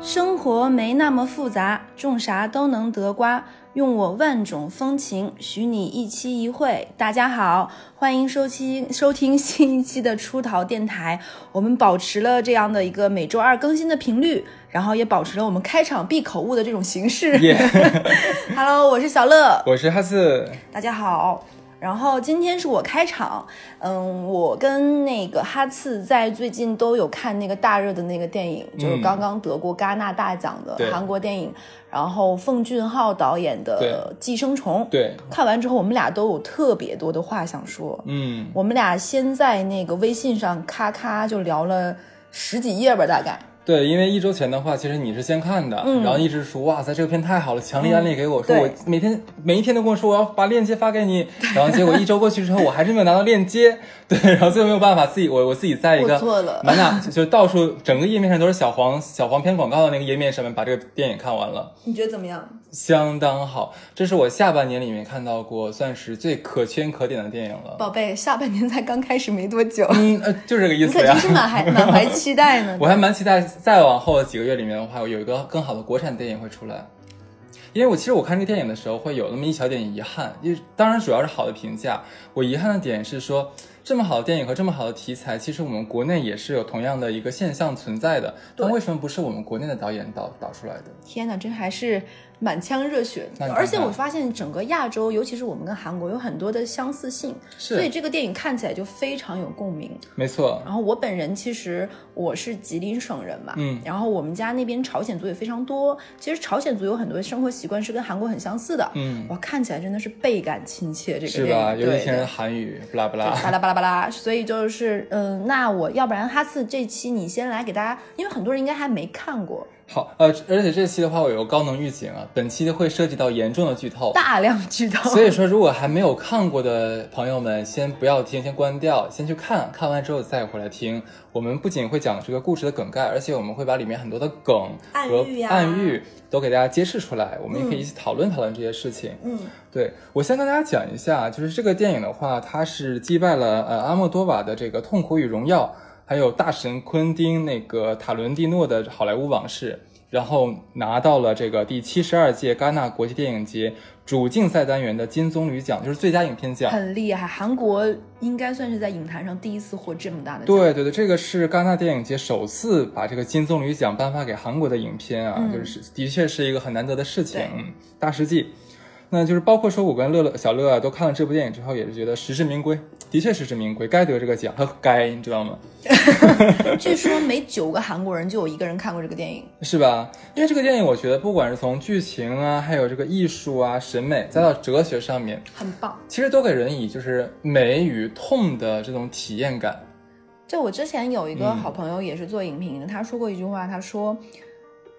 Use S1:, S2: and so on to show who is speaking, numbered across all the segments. S1: 生活没那么复杂，种啥都能得瓜。用我万种风情，许你一期一会。大家好，欢迎收听收听新一期的出逃电台。我们保持了这样的一个每周二更新的频率，然后也保持了我们开场必口误的这种形 式。Hello，我是小乐，
S2: 我是哈斯，
S1: 大家好。然后今天是我开场，嗯，我跟那个哈次在最近都有看那个大热的那个电影，就是刚刚得过戛纳大奖的
S2: 嗯对
S1: 韩国电影，然后奉俊昊导演的
S2: 对
S1: 《寄生虫》。
S2: 对，
S1: 看完之后我们俩都有特别多的话想说，
S2: 嗯，
S1: 我们俩先在那个微信上咔咔就聊了十几页吧，大概。
S2: 对，因为一周前的话，其实你是先看的，然后一直说哇塞，这个片太好了，强力安利给我，说
S1: 嗯对
S2: 我每天每一天都跟我说我要把链接发给你，然后结果一周过去之后，我还是没有拿到链接，对，然后最后没有办法，自己我我自己在一
S1: 我
S2: 个
S1: 错了
S2: 满哪就是到处整个页面上都是小黄小黄片广告的那个页面上面把这个电影看完了。
S1: 你觉得怎么样？
S2: 相当好，这是我下半年里面看到过算是最可圈可点的电影了。
S1: 宝贝，下半年才刚开始没多久，
S2: 嗯，呃，就这个意
S1: 你可
S2: 思
S1: 真
S2: 呀。
S1: 是满怀满怀期待呢。
S2: 我还蛮期待再往后几个月里面的话，有一个更好的国产电影会出来。因为我其实我看这电影的时候会有那么一小点遗憾，因为当然主要是好的评价。我遗憾的点是说，这么好的电影和这么好的题材，其实我们国内也是有同样的一个现象存在的，但为什么不是我们国内的导演导导出来的？
S1: 天哪，这还是满腔热血的！
S2: 那你看
S1: 而且我
S2: 看
S1: 发现整个亚洲，尤其是我们跟韩国有很多的相似性，
S2: 是
S1: 所以这个电影看起来就非常有共鸣。
S2: 没错，
S1: 然后我本人其实我是吉林省人嘛，
S2: 嗯
S1: 然后我们家那边朝鲜族也非常多。其实朝鲜族有很多生活习惯是跟韩国很相似的，
S2: 嗯，
S1: 哇，看起来真的是倍感亲切。这个
S2: 是
S1: 电影
S2: 吧？尤
S1: 对
S2: 其听
S1: 对
S2: 人韩语，不拉不
S1: 对
S2: 拉。
S1: 巴拉巴拉巴拉，所以就是，嗯，那我要不然哈次这期你先来给大家，因为很多人应该还没看过，
S2: 好，呃，而且这期的话，我有个高能预警啊，本期会涉及到严重的剧透，
S1: 大量剧透，
S2: 哦所以说，如果还没有看过的朋友们，先不要听，先关掉，先去看看完之后再回来听。我们不仅会讲这个故事的梗概，而且我们会把里面很多的梗
S1: 暗
S2: 和
S1: 喻呀啊
S2: 暗喻都给大家揭示出来，我们也可以一起讨论讨论这些事情。
S1: 嗯，
S2: 对我先跟大家讲一下，就是这个电影的话，它是击败了呃阿莫多瓦的这个《痛苦与荣耀》，还有大神昆汀那个塔伦蒂诺的《好莱坞往事》，然后拿到了这个第七十二届戛纳国际电影节主竞赛单元的金棕榈奖，就是最佳影片奖。
S1: 很厉害。韩国应该算是在影坛上第一次获这么大的奖，
S2: 对对对，这个是戛纳电影节首次把这个金棕榈奖颁发给韩国的影片啊，
S1: 嗯
S2: 就是的确是一个很难得的事情
S1: 对，
S2: 嗯大事记。那就是包括说，我跟乐乐、小乐啊，都看了这部电影之后，也是觉得实至名归，的确实至名归，该得这个奖，呵，该，你知道吗？
S1: 据说每九个韩国人就有一个人看过这个电影。
S2: 是吧？因为这个电影，我觉得不管是从剧情啊，还有这个艺术啊、审美，再到哲学上面，
S1: 很棒，
S2: 其实都给人以就是美与痛的这种体验感。
S1: 就我之前有一
S2: 嗯
S1: 个好朋友也是做影评的，他说过一句话，他说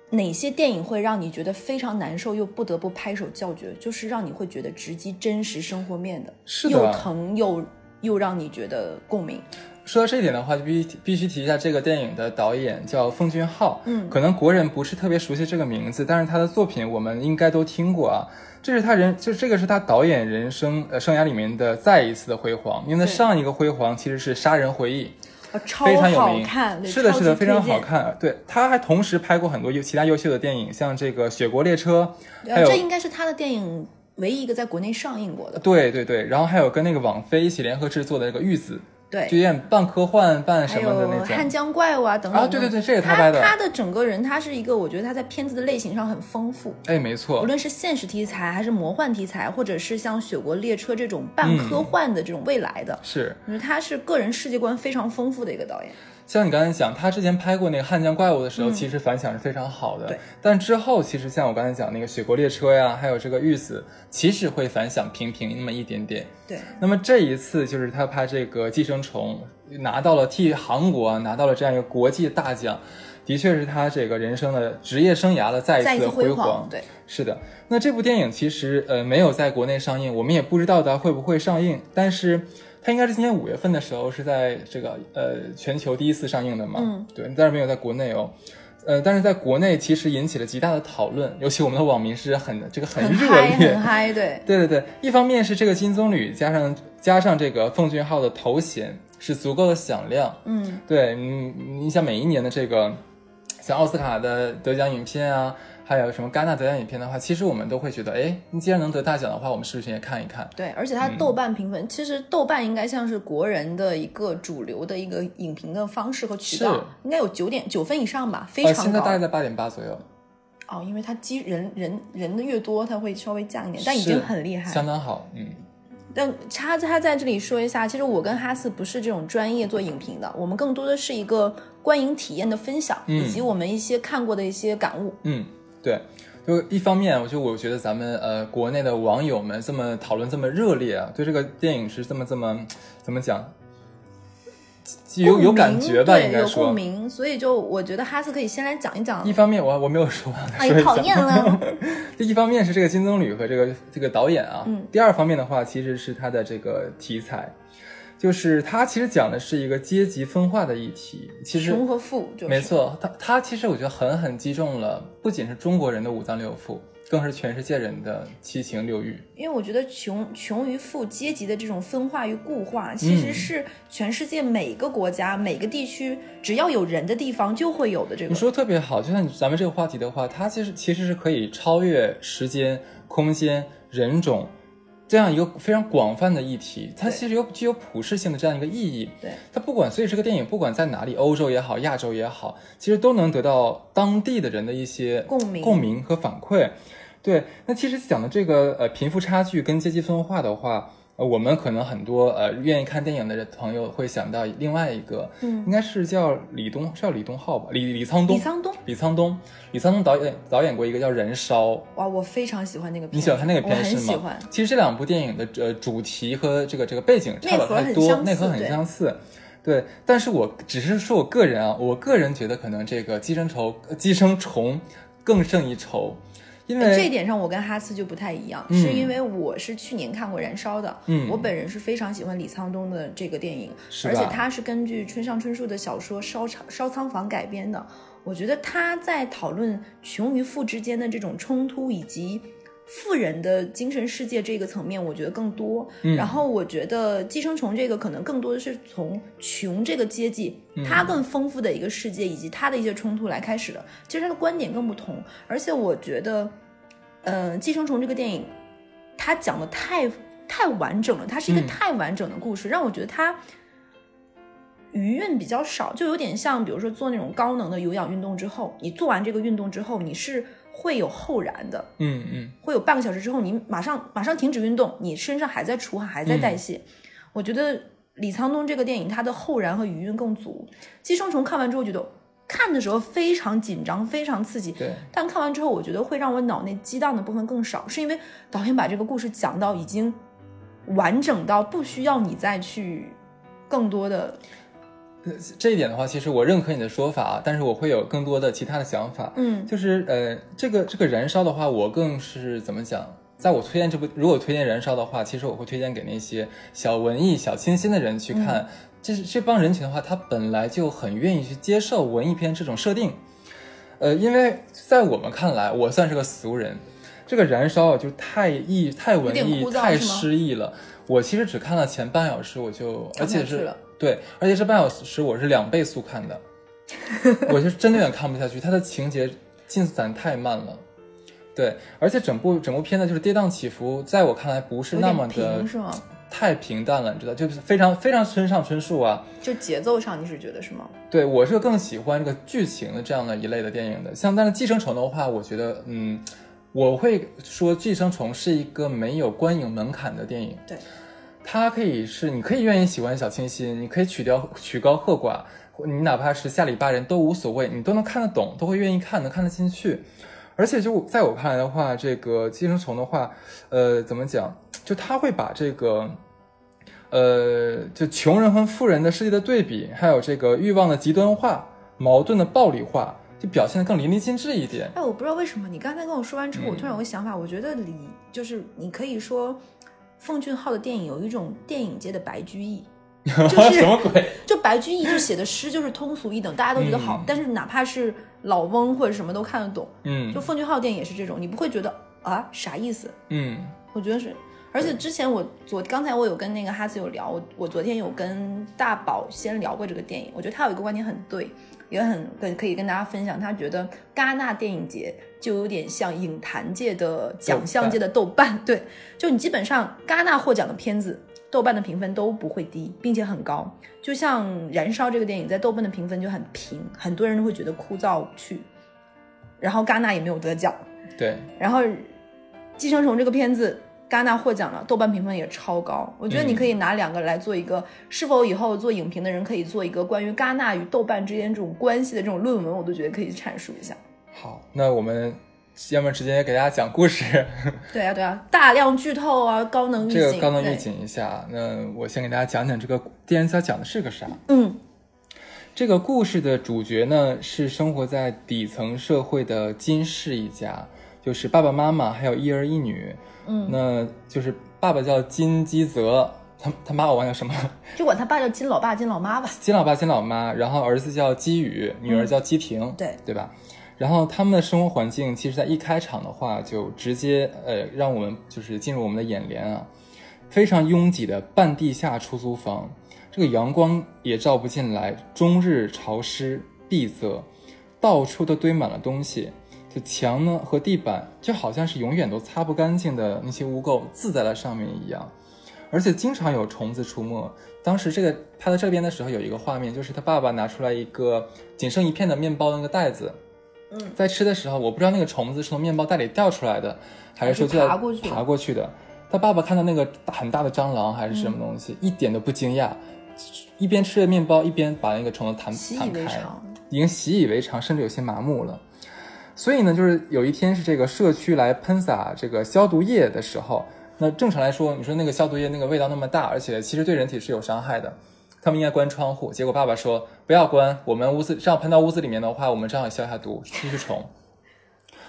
S1: 哪些电影会让你觉得非常难受又不得不拍手叫绝，就是让你会觉得直击真实生活面的，
S2: 是的
S1: 又疼又又让你觉得共鸣。
S2: 说到这一点的话，就必须必须提一下这个电影的导演叫奉俊昊。
S1: 嗯
S2: 可能国人不是特别熟悉这个名字，但是他的作品我们应该都听过啊。这是他人，就这个是他导演人生呃生涯里面的再一次的辉煌，因为他
S1: 对
S2: 上一个辉煌其实是《杀人回忆
S1: 啊，超》，
S2: 非常有
S1: 好
S2: 名。
S1: 看，啊对
S2: 是的，
S1: 超
S2: 是的，
S1: 级
S2: 非常
S1: 推荐
S2: 好看。啊对，他还同时拍过很多优其他优秀的电影，像这个《雪国列车》，还
S1: 呃，
S2: 有
S1: 这应该是他的电影唯一一个在国内上映过的。
S2: 呃对对对，然后还有跟那个网飞一起联合制作的那个《玉子》，
S1: 对
S2: 就，有点半科幻
S1: 还
S2: 半什么的那
S1: 有
S2: 种。
S1: 汉江怪物啊等等。
S2: 啊对对对这也是
S1: 他
S2: 他拍的
S1: 他的整个人，他是一个，我觉得他在片子的类型上很丰富，
S2: 哎，没错，
S1: 无论是现实题材，还是魔幻题材，或者是像《雪国列车》这种
S2: 嗯
S1: 半科幻的这种未来的，
S2: 是。
S1: 我觉得他是个人世界观非常丰富的一个导演。
S2: 像你刚才讲，他之前拍过那个《汉江怪物》的时候，其实反响是非常好
S1: 嗯
S2: 的。
S1: 对
S2: 但之后其实像我刚才讲那个《雪国列车》呀，还有这个《玉子》，其实会反响平平那么一点点。
S1: 对，
S2: 那么这一次就是他拍这个《寄生虫》，拿到了替韩国啊拿到了这样一个国际大奖，的确是他这个人生的职业生涯的再
S1: 再
S2: 一
S1: 一
S2: 次
S1: 次
S2: 的
S1: 辉
S2: 辉
S1: 煌
S2: 煌。。
S1: 对，
S2: 是的，那这部电影其实呃没有在国内上映，我们也不知道它会不会上映，但是它应该是今年五月份的时候是在这个呃全球第一次上映的嘛，
S1: 嗯，
S2: 对，但是没有在国内哦。呃，但是在国内其实引起了极大的讨论，尤其我们的网民是很这个很热
S1: 嗨，
S2: 烈，
S1: 很嗨，对，
S2: 对对对，一方面是这个金棕榈加上加上这个奉俊昊的头衔是足够的响亮，
S1: 嗯，
S2: 对，嗯，你想每一年的这个像奥斯卡的得奖影片啊，还有什么戛纳得奖影片的话，其实我们都会觉得，哎，你既然能得大奖的话，我们是不是也看一看？
S1: 对，而且
S2: 嗯
S1: 它豆瓣评分，其实豆瓣应该像是国人的一个主流的一个影评的方式和渠道
S2: 是，
S1: 应该有九点九分以上吧，非
S2: 呃，
S1: 常
S2: 现在
S1: 高。
S2: 大概在八点八左右，
S1: 哦，因为它基人人人的越多，它会稍微降一点，但已经
S2: 是
S1: 很厉害。
S2: 相当好，嗯，
S1: 但插插在这里说一下，其实我跟哈斯不是这种专业做影评的，我们更多的是一个观影体验的分享，
S2: 嗯
S1: 以及我们一些看过的一些感悟。
S2: 嗯，对，就一方面，我就我觉得咱们呃国内的网友们这么讨论这么热烈啊，对这个电影是这么这么怎么讲，有有感觉吧？
S1: 共鸣
S2: 应
S1: 对，
S2: 该
S1: 有共
S2: 说，
S1: 鸣。所以就我觉得哈斯可以先来讲一讲
S2: 一。方面我我没有说完，
S1: 哎
S2: 说一
S1: 呀，
S2: 下
S1: 讨厌了！
S2: 这一方面是这个金棕榈和这个这个导演啊，
S1: 嗯
S2: 第二方面的话其实是它的这个题材，就是它其实讲的是一个阶级分化的议题，其实
S1: 穷和富就是
S2: 没，错，它它其实我觉得狠狠击中了不仅是中国人的五脏六腑，更是全世界人的七情六欲。
S1: 因为我觉得穷穷与富阶级的这种分化与固化，其
S2: 嗯
S1: 实是全世界每个国家、每个地区，只要有人的地方就会有的这
S2: 你
S1: 个。
S2: 说得特别好，就像咱们这个话题的话，它其实其实是可以超越时间、空间、人种这样一个非常广泛的议题，它
S1: 对
S2: 其实有具有普适性的这样一个意义。
S1: 对，
S2: 它不管，所以这个电影不管在哪里，欧洲也好，亚洲也好，其实都能得到当地的人的一些
S1: 共鸣
S2: 共鸣和反馈。对，那其实讲的这个呃贫富差距跟阶级分化的话，呃，我们可能很多呃愿意看电影的朋友会想到另外一个，
S1: 嗯
S2: 应该是叫李东，是叫李东浩吧？李李沧东，
S1: 李沧东，
S2: 李沧东，李沧东导演导演过一个叫《燃烧》，
S1: 哇，我非常喜欢那个片子，
S2: 你喜欢看那个
S1: 我
S2: 片是
S1: 很
S2: 吗？
S1: 喜欢。
S2: 其实这两部电影的呃主题和这个这个背景差不了太多，
S1: 内
S2: 内
S1: 核
S2: 核
S1: 很相似
S2: 很相似。对，但是我只是说我个人啊，我个人觉得可能这个《寄生虫》《寄生虫》更胜一筹，因为
S1: 哎这一点上，我跟哈斯就不太一样，
S2: 嗯
S1: 是因为我是去年看过《燃烧》的，
S2: 嗯
S1: 我本人是非常喜欢李沧东的这个电影，
S2: 是
S1: 而
S2: 吧
S1: 且它是根据村上春树的小说《烧仓烧仓房》改编的。我觉得他在讨论穷与富之间的这种冲突，以及富人的精神世界这个层面，我觉得更多。
S2: 嗯
S1: 然后我觉得《寄生虫》这个可能更多的是从穷这个阶级，
S2: 嗯
S1: 它更丰富的一个世界以及它的一些冲突来开始的。其实它的观点更不同，而且我觉得，嗯、寄生虫》这个电影，它讲的太太完整了，它是一个
S2: 嗯
S1: 太完整的故事，让我觉得它余韵比较少，就有点像比如说做那种高能的有氧运动之后，你做完这个运动之后，你是会有后燃的，
S2: 嗯嗯
S1: 会有半个小时之后，你马上马上停止运动，你身上还在出汗，还在代谢。我觉得李沧东这个电影，它的后燃和余韵更足。寄生虫看完之后，觉得看的时候非常紧张，非常刺激。
S2: 对
S1: 但看完之后，我觉得会让我脑内激荡的部分更少，是因为导演把这个故事讲到已经完整到不需要你再去更多的，
S2: 这一点的话，其实我认可你的说法啊，但是我会有更多的其他的想法。
S1: 嗯
S2: 就是呃，这个这个燃烧的话，我更是怎么讲？在我推荐这部，如果推荐燃烧的话，其实我会推荐给那些小文艺、小清新的人去看。
S1: 嗯
S2: 这是这帮人群的话，他本来就很愿意去接受文艺片这种设定。呃，因为在我们看来，我算是个俗人。这个燃烧啊，就太艺、太文
S1: 有点
S2: 艺
S1: 枯、燥
S2: 太
S1: 是吗
S2: 诗意了。我其实只看了前半小时，我就
S1: 看不下
S2: 而且
S1: 去
S2: 是
S1: 了
S2: 对，而且这半小时我是两倍速看的， 我是真的有点看不下去，它的情节进展太慢了。对，而且整部整部片呢，就是跌宕起伏，在我看来不是
S1: 有
S2: 那
S1: 点
S2: 么的
S1: 平是吗？
S2: 太平淡了，你知道，就是非常非常村上春树啊。
S1: 就节奏上你是觉得是吗？
S2: 对我是更喜欢这个剧情的这样的一类的电影的，像但是《寄生虫》的话，我觉得嗯，我会说《寄生虫》是一个没有观影门槛的电影。
S1: 对，
S2: 它可以是你可以愿意喜欢小清新，你可以曲调曲高和寡，你哪怕是下里巴人都无所谓，你都能看得懂，都会愿意看，能看得进去。而且就在我看来的话，这个寄生虫的话，呃，怎么讲？就他会把这个，呃，就穷人和富人的世界的对比，还有这个欲望的极端化、矛盾的暴力化，就表现得更淋漓尽致一点。
S1: 哎，我不知道为什么你刚才跟我说完之后，我
S2: 嗯
S1: 突然有个想法，我觉得李就是你可以说，奉俊昊的电影有一种电影界的白居 易，就是
S2: 什么鬼？
S1: 就白居易就写的诗就是通俗易懂，大家都觉得好，
S2: 嗯
S1: 但是哪怕是老翁或者什么都看得懂。
S2: 嗯
S1: 就奉俊昊电影也是这种，你不会觉得啊啥意思？
S2: 嗯
S1: 我觉得是，而且之前我昨刚才我有跟那个哈斯有聊，我我昨天有跟大宝先聊过这个电影，我觉得他有一个观点很对，也很跟可以跟大家分享，他觉得戛纳电影节就有点像影坛界的奖项界的豆瓣， 对，就你基本上戛纳获奖的片子，豆瓣的评分都不会低，并且很高。就像《燃烧》这个电影在豆瓣的评分就很平，很多人都会觉得枯燥无趣，然后戛纳也没有得奖，
S2: 对，
S1: 然后《寄生虫》这个片子，戛纳获奖了，豆瓣评分也超高。我觉得你可以拿两个来做一个，是否以后做影评的人可以做一个关于戛纳与豆瓣之间这种关系的这种论文，我都觉得可以阐述一下。
S2: 好，那我们要么直接给大家讲故事，
S1: 对啊，对啊，大量剧透啊，高能预
S2: 这
S1: 警，
S2: 个刚能预
S1: 对，
S2: 警一下。啊那我先给大家讲讲这个电影它讲的是个啥。
S1: 嗯
S2: 这个故事的主角呢，是生活在底层社会的金氏一家，就是爸爸妈妈还有一儿一女。
S1: 嗯，
S2: 那就是爸爸叫金基泽，他他妈我忘叫什么了，
S1: 就管他爸叫金老爸、金老妈吧。
S2: 金老爸、金老妈，然后儿子叫基宇，女儿叫基婷，
S1: 嗯对
S2: 对吧？然后他们的生活环境，其实在一开场的话，就直接呃让我们就是进入我们的眼帘啊，非常拥挤的半地下出租房，这个阳光也照不进来，终日潮湿闭塞，到处都堆满了东西。就墙呢和地板就好像是永远都擦不干净的那些污垢渍在了上面一样，而且经常有虫子出没。当时这个拍到这边的时候，有一个画面，就是他爸爸拿出来一个仅剩一片的面包的那个袋子，
S1: 嗯，
S2: 在吃的时候，我不知道那个虫子是从面包袋里掉出来的，还是说就
S1: 还
S2: 在
S1: 是爬过去的
S2: 爬过去的。他爸爸看到那个大很大的蟑螂还是
S1: 嗯
S2: 什么东西，一点都不惊讶，一边吃着面包，一边把那个虫子弹
S1: 习以
S2: 弹
S1: 为
S2: 开。
S1: 常，
S2: 已经习以为常，甚至有些麻木了。所以呢，就是有一天是这个社区来喷洒这个消毒液的时候，那正常来说，你说那个消毒液那个味道那么大，而且其实对人体是有伤害的，他们应该关窗户。结果爸爸说不要关，我们屋子这样喷到屋子里面的话，我们正好消一下毒，驱驱虫。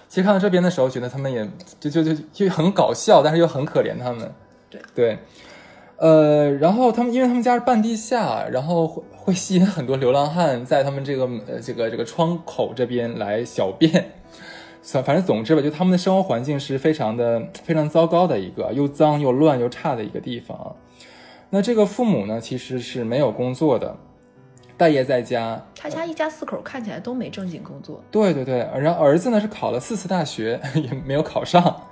S2: 其实看到这边的时候，觉得他们也就就就就很搞笑，但是又很可怜他们。
S1: 对
S2: 对，呃，然后他们因为他们家是半地下，然后会会吸引很多流浪汉在他们这个呃这个这个窗口这边来小便。反反正总之吧，就他们的生活环境是非常的非常糟糕的一个，又脏又乱又差的一个地方。那这个父母呢，其实是没有工作的，待业在家，
S1: 他家一家四口看起来都没正经工作，
S2: 对对对，然后儿子呢是考了四次大学 也没有考上，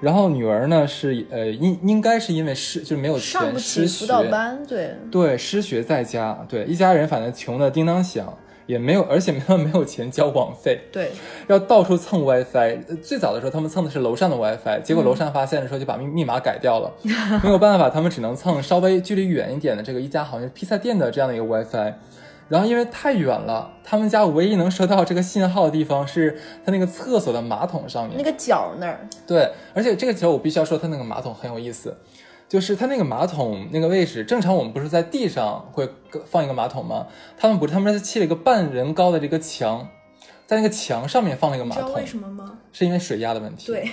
S2: 然后女儿呢是呃应应该是因为失就是没有钱
S1: 上不
S2: 失
S1: 起
S2: 学
S1: 辅导班，对，
S2: 对失学在家，对一家人反正穷的叮当响，也没有而且他们没有钱交网费，
S1: 对，
S2: 要到处蹭 WiFi。呃最早的时候，他们蹭的是楼上的 WiFi，结果楼上发现的时候就把密密码改掉了，没有办法，他们只能蹭稍微距离远一点的这个一家好像是披萨店的这样的一个 WiFi。然后因为太远了，他们家唯一能收到这个信号的地方是他那个厕所的马桶上面
S1: 那。个角那儿，
S2: 对，而且这个球我必须要说，它那个马桶很有意思，就是它那个马桶那个位置，正常我们不是在地上会放一个马桶吗？他们不是，他们是砌了一个半人高的这个墙，在那个墙上面放了一个
S1: 你
S2: 马
S1: 知道
S2: 桶
S1: 为，什么吗？
S2: 是因为水压的问题。
S1: 对，，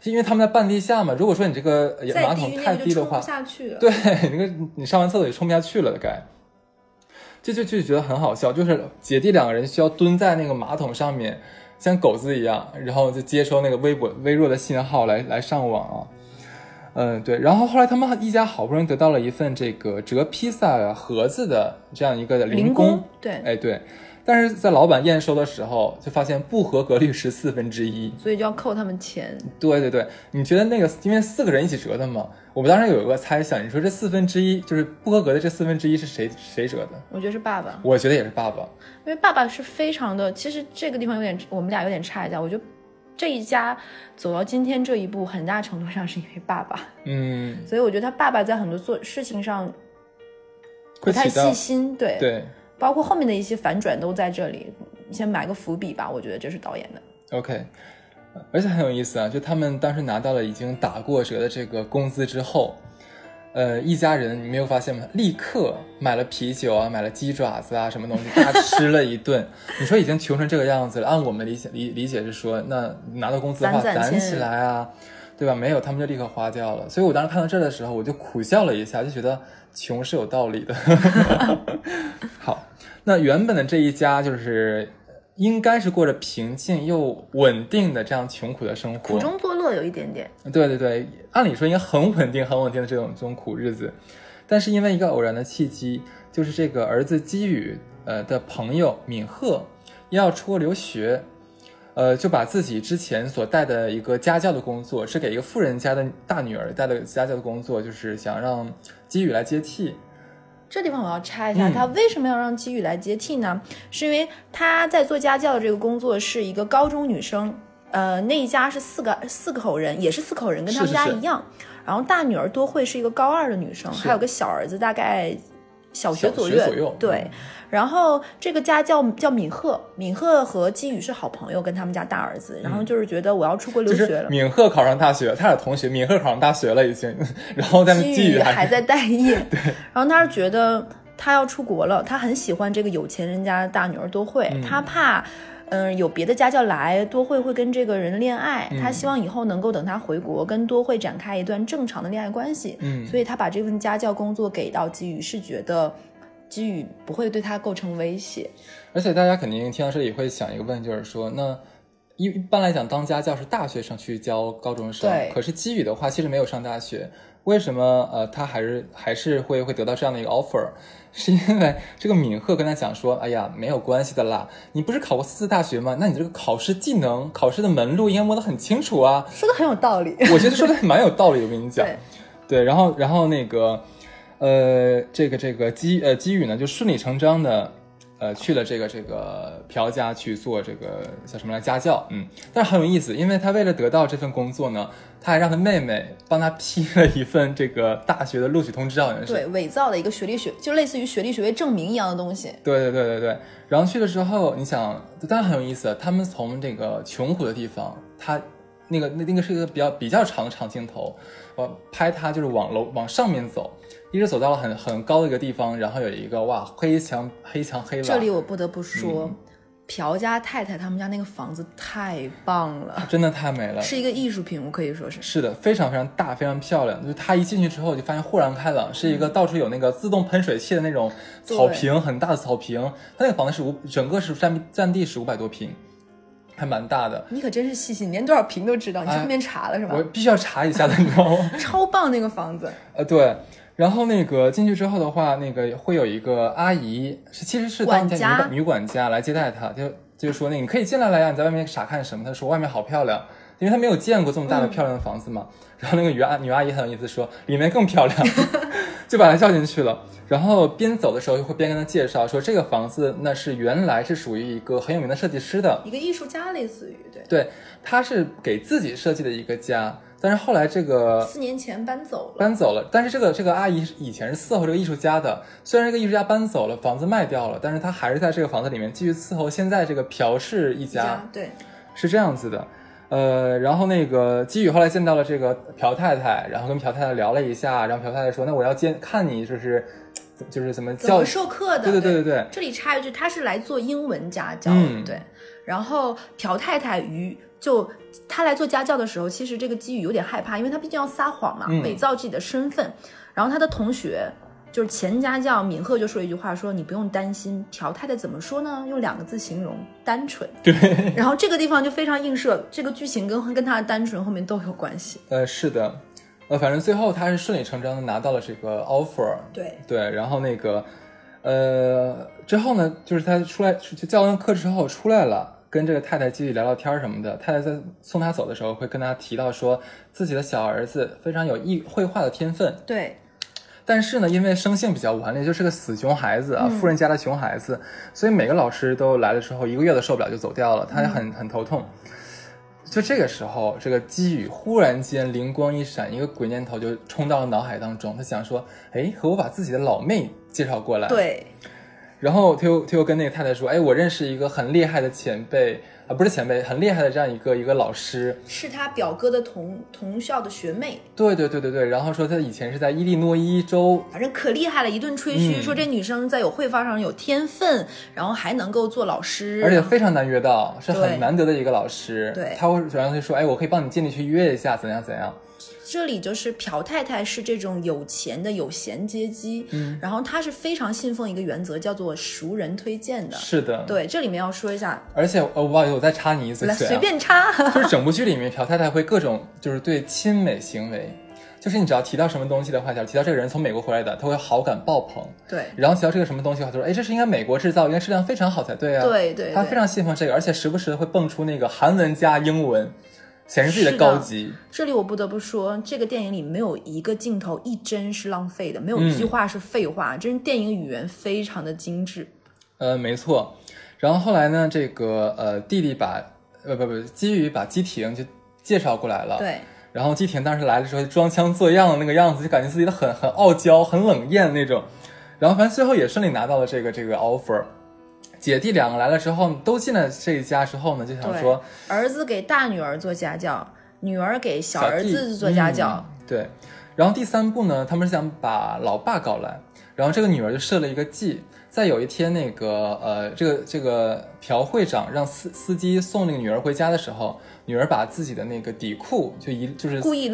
S2: 是因为他们在半地下嘛。如果说你这个呃
S1: 在
S2: 马
S1: 地
S2: 桶
S1: 狱
S2: 太
S1: 那个
S2: 低
S1: 就
S2: 的
S1: 冲
S2: 话
S1: 不，下去了。
S2: 对，那个你上完厕所也冲不下去了，该。这就就觉得很好笑，就是姐弟两个人需要蹲在那个马桶上面，像狗子一样，然后就接收那个微薄微弱的信号来来上网啊。嗯，对。然后后来他们一家好不容易得到了一份这个折披萨盒子的这样一个
S1: 零
S2: 零
S1: 工，对，
S2: 哎对。但是在老板验收的时候，就发现不合格率是四分之一，
S1: 所以就要扣他们钱。
S2: 对对对，你觉得那个因为四个人一起折的嘛？我们当时有一个猜想，你说这四分之一就是不合格的这四分之一是谁谁折的？
S1: 我觉得是爸爸，
S2: 我觉得也是爸爸。
S1: 因为爸爸是非常的，其实这个地方有点，我们俩有点差一下。我觉得这一家走到今天这一步，很大程度上是因为爸爸，
S2: 嗯，
S1: 所以我觉得他爸爸在很多做事情上不
S2: 会
S1: 太
S2: 起
S1: 细
S2: 到
S1: 心，对，
S2: 对
S1: 包括后面的一些反转都在这里。先埋个伏笔吧，我觉得这是导演的。
S2: OK，而且很有意思啊，就他们当时拿到了已经打过折的这个工资之后，呃，一家人你没有发现吗？立刻买了啤酒啊，买了鸡爪子啊，什么东西，大吃了一顿。 你说已经穷成这个样子了，按我们的理解理理解是说，那拿到工资的话
S1: 攒攒
S2: 攒
S1: 钱
S2: 起来啊，对吧？没有，他们就立刻花掉了。所以我当时看到这儿的时候，我就苦笑了一下，就觉得穷是有道理的。好，那原本的这一家就是应该是过着平静又稳定的这样穷苦的生活，
S1: 苦中作乐有一点点，
S2: 对对对，按理说应该很稳定、很稳定的这种这种苦日子，但是因为一个偶然的契机，就是这个儿子基宇呃的朋友敏赫要出国留学，呃，就把自己之前所带的一个家教的工作，是给一个富人家的大女儿带的家教的工作，就是想让姬宇来接替。
S1: 这地方我要插一下，
S2: 嗯
S1: 他为什么要让姬宇来接替呢？是因为他在做家教的这个工作是一个高中女生，呃，那一家是四个四口人，也是四口人，跟他们
S2: 是是
S1: 家
S2: 是
S1: 一样。然后大女儿多惠是一个高二的女生，
S2: 是
S1: 还有个小儿子，大概小学
S2: 小
S1: 左
S2: 学
S1: 右。
S2: 左右
S1: 对
S2: 嗯，
S1: 然后这个家教叫敏赫，敏赫和姬宇是好朋友，跟他们家大儿子。然后就是觉得我要出国留
S2: 嗯就
S1: 学
S2: 是
S1: 了，
S2: 敏赫考上大学，他俩同学，敏赫考上大学了已经， 然后但是
S1: 基
S2: 姬
S1: 宇
S2: 宇
S1: 还
S2: 还
S1: 在待 业。然后他是觉得他要出国了，他很喜欢这个有钱人家的大女儿多惠，他怕。嗯，有别的家教来，多惠会跟这个人恋爱，
S2: 嗯
S1: 他希望以后能够等他回国跟多惠展开一段正常的恋爱关系，
S2: 嗯
S1: 所以他把这份家教工作给到基宇，是觉得基宇不会对他构成威胁。
S2: 而且大家肯定听到这里会想一个问题，就是说，那一一般来讲，当家教是大学生去教高中生
S1: 对，
S2: 可是基宇的话其实没有上大学，为什么呃他还是还是会会得到这样的一个 offer？是因为这个敏赫跟他讲说，哎呀，没有关系的啦，你不是考过四次大学吗？那你这个考试技能、考试的门路应该摸得很清楚啊。
S1: 说的很有道理，
S2: 我觉得说的蛮有道理，我跟你讲
S1: 对。
S2: 对，然后然后那个，呃，这个这个基呃基宇呢，就顺理成章的，呃，去了这个这个朴家去做这个叫什么来家教，嗯，但是很有意思，因为他为了得到这份工作呢，他还让他妹妹帮他批了一份这个大学的录取通知，好像是。
S1: 对，伪造的一个学历学，就类似于学历学位证明一样的东西。
S2: 对对对对对，然后去了之后，你想，当然很有意思。他们从这个穷苦的地方，他那个那那个是一个比较比较长的长镜头，我拍他就是往楼往上面走，一直走到了很很高的一个地方，然后有一个哇黑墙黑墙黑瓦，
S1: 这里我不得不说，
S2: 嗯
S1: 朴家太太他们家那个房子太棒了，
S2: 真的太美了。
S1: 是一个艺术品，我可以说是。
S2: 是的，非常非常大，非常漂亮。就是他一进去之后，就发现豁然开朗，是一个到处有那个自动喷水器的那种草坪，很大的草坪。他那个房子是五，整个是占占地是五百多平，还蛮大的。
S1: 你可真是细心，你连多少平都知道，你
S2: 哎
S1: 上面查了是吧？
S2: 我必须要查一下的，你知道吗？
S1: 超棒那个房子，
S2: 呃，对。然后那个进去之后的话，那个会有一个阿姨，是其实是
S1: 管
S2: 当家女
S1: 家
S2: 管女管家来接待她，就就说那个你可以进来了呀，你在外面傻看什么？她说外面好漂亮，因为她没有见过这么大的漂亮的房子嘛。然后那个女阿女阿姨很有意思说，里面更漂亮， 就把她叫进去了。然后边走的时候会边跟她介绍说，这个房子那是原来是属于一个很有名的设计师的，
S1: 一个艺术家类似于对。
S2: 对，他是给自己设计的一个家，但是后来这个
S1: 四年前搬走了，
S2: 搬走了，但是这个这个阿姨是以前是伺候这个艺术家的，虽然这个艺术家搬走了，房子卖掉了，但是她还是在这个房子里面继续伺候现在这个朴氏一家，
S1: 对，
S2: 是这样子的。呃，然后那个基宇后来见到了这个朴太太，然后跟朴太太聊了一下，然后朴太太说：“那我要见看你，就是就是怎么
S1: 怎
S2: 教
S1: 么授课的？
S2: 对对对对对
S1: 这里插一句，他是来做英文家教，
S2: 嗯
S1: 对。然后朴太太于就他来做家教的时候，其实这个基宇有点害怕，因为他毕竟要撒谎嘛，
S2: 嗯
S1: 伪造自己的身份。然后他的同学就是前家教敏赫就说了一句话说，你不用担心。朴太太怎么说呢？用两个字形容，单 纯。
S2: 对，
S1: 然后这个地方就非常映射这个剧情跟跟他的单纯后面都有关系。
S2: 呃，是的，呃，反正最后她是顺理成章的拿到了这个 offer，
S1: 对，
S2: 对，然后那个，呃，之后呢，就是他出来就教完课之后出来了，跟这个太太继续聊聊天儿什么的。太太在送他走的时候，会跟他提到说自己的小儿子非常有艺绘画的天分，
S1: 对，
S2: 但是呢，因为生性比较顽劣，就是个死熊孩子啊，富人家的熊孩子，所以每个老师都来了之后，一个月都受不了就走掉了，他也很很头痛。就这个时候，这个基宇忽然间灵光一闪，一个鬼念头就冲到了脑海当中。他想说，哎，和我把自己的老妹介绍过来。。
S1: 对，
S2: 然后他又他又跟那个太太说，哎，我认识一个很厉害的前辈啊，不是前辈，很厉害的这样一个一个老师。
S1: 是他表哥的同同校的学妹，
S2: 对对对对对。然后说他以前是在伊利诺伊州
S1: 反正可厉害了，一顿吹嘘，
S2: 嗯
S1: 说这女生在有绘画上有天分，然后还能够做老师，
S2: 而且非常难约到，是
S1: 对
S2: 很难得的一个老师。
S1: 对
S2: 他会主要会说，哎，我可以帮你尽力去约一下，怎样怎样。
S1: 这里就是朴太太是这种有钱的有闲阶级，
S2: 嗯，
S1: 然后她是非常信奉一个原则，叫做熟人推荐的。
S2: 是的，。
S1: 对，这里面要说一下，
S2: 而且，呃，不好意思，我再插你一嘴
S1: 来
S2: 嘴、啊，
S1: 随便插，
S2: 就是整部剧里面，朴太太会各种就是对亲美行为，就是你只要提到什么东西的话，假如提到这个人从美国回来的，他会好感爆棚。
S1: 对
S2: 然后提到这个什么东西的话，他说：“哎，这是应该美国制造，应该质量非常好才对啊。”
S1: 对对，
S2: 他
S1: 对
S2: 非常信奉这个，而且时不时地会蹦出那个韩文加英文，显示自己
S1: 是的
S2: 高级。
S1: 这里我不得不说，这个电影里没有一个镜头一帧是浪费的，没有
S2: 嗯
S1: 一句话是废话，真是电影语言非常的精致。
S2: 呃，没错。然后后来呢，这个呃，弟弟把呃不不，基宇把基廷就介绍过来了。。
S1: 对，
S2: 然后基廷当时来的时候装腔作样的那个样子，就感觉自己的很很傲娇、很冷艳那种。然后反正最后也顺利拿到了这个这个 offer。姐弟两个来了之后，都进了这一家之后呢，就想
S1: 对
S2: 说
S1: 儿子给大女儿做家教，女儿给小
S2: 小
S1: 儿
S2: 弟
S1: 子做家教。
S2: 嗯对，然后第三步呢，他们是想把老爸搞来，然后这个女儿就设了一个计，在有一天那个呃，这个这个朴会长让司司机送那个女儿回家的时候，女儿把自己的那个底裤就一就是
S1: 故意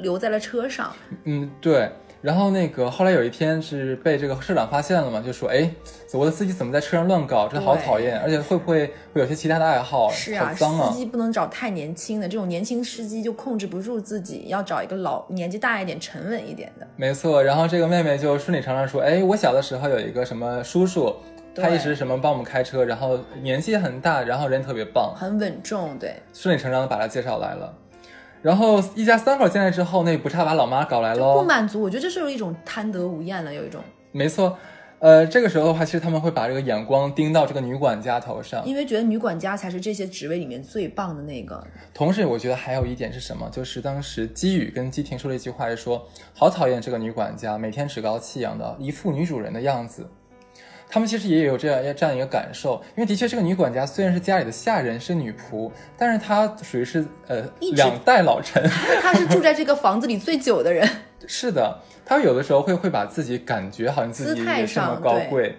S1: 留在了车上，
S2: 嗯对。然后那个后来有一天是被这个社长发现了嘛，就说哎，我的司机怎么在车上乱搞，这好
S1: 对
S2: 讨厌，而且会不会会有些其他的爱好，
S1: 是啊，
S2: 好脏啊
S1: 司。机不能找太年轻的，这种年轻司机就控制不住自己，要找一个老年纪大一点、沉稳一点的。
S2: 没错，然后这个妹妹就顺理成章说：“哎，我小的时候有一个什么叔叔，
S1: 对
S2: 他一直什么帮我们开车，然后年纪也很大，然后人特别棒，
S1: 很稳重，对，
S2: 顺理成章的把他介绍来了。”然后一家三口进来之后，那不差把老妈搞来
S1: 就不
S2: 喽。
S1: 满足。我觉得这是有一种贪得无厌了，有一种，
S2: 没错，呃，这个时候的话，其实他们会把这个眼光盯到这个女管家头上。
S1: 因为觉得女管家才是这些职位里面最棒的那个。
S2: 同时，我觉得还有一点是什么，就是当时基宇跟基廷说了一句话，是说好讨厌这个女管家，每天趾高气扬的，一副女主人的样子。他们其实也有这样这样一个感受，因为的确这个女管家虽然是家里的下人，是女仆，但是她属于是呃
S1: 一直
S2: 两代老臣，
S1: 她是住在这个房子里最久的人，
S2: 是的，她有的时候会会把自己感觉好像自己
S1: 姿态
S2: 也这么
S1: 上
S2: 高
S1: 对
S2: 贵，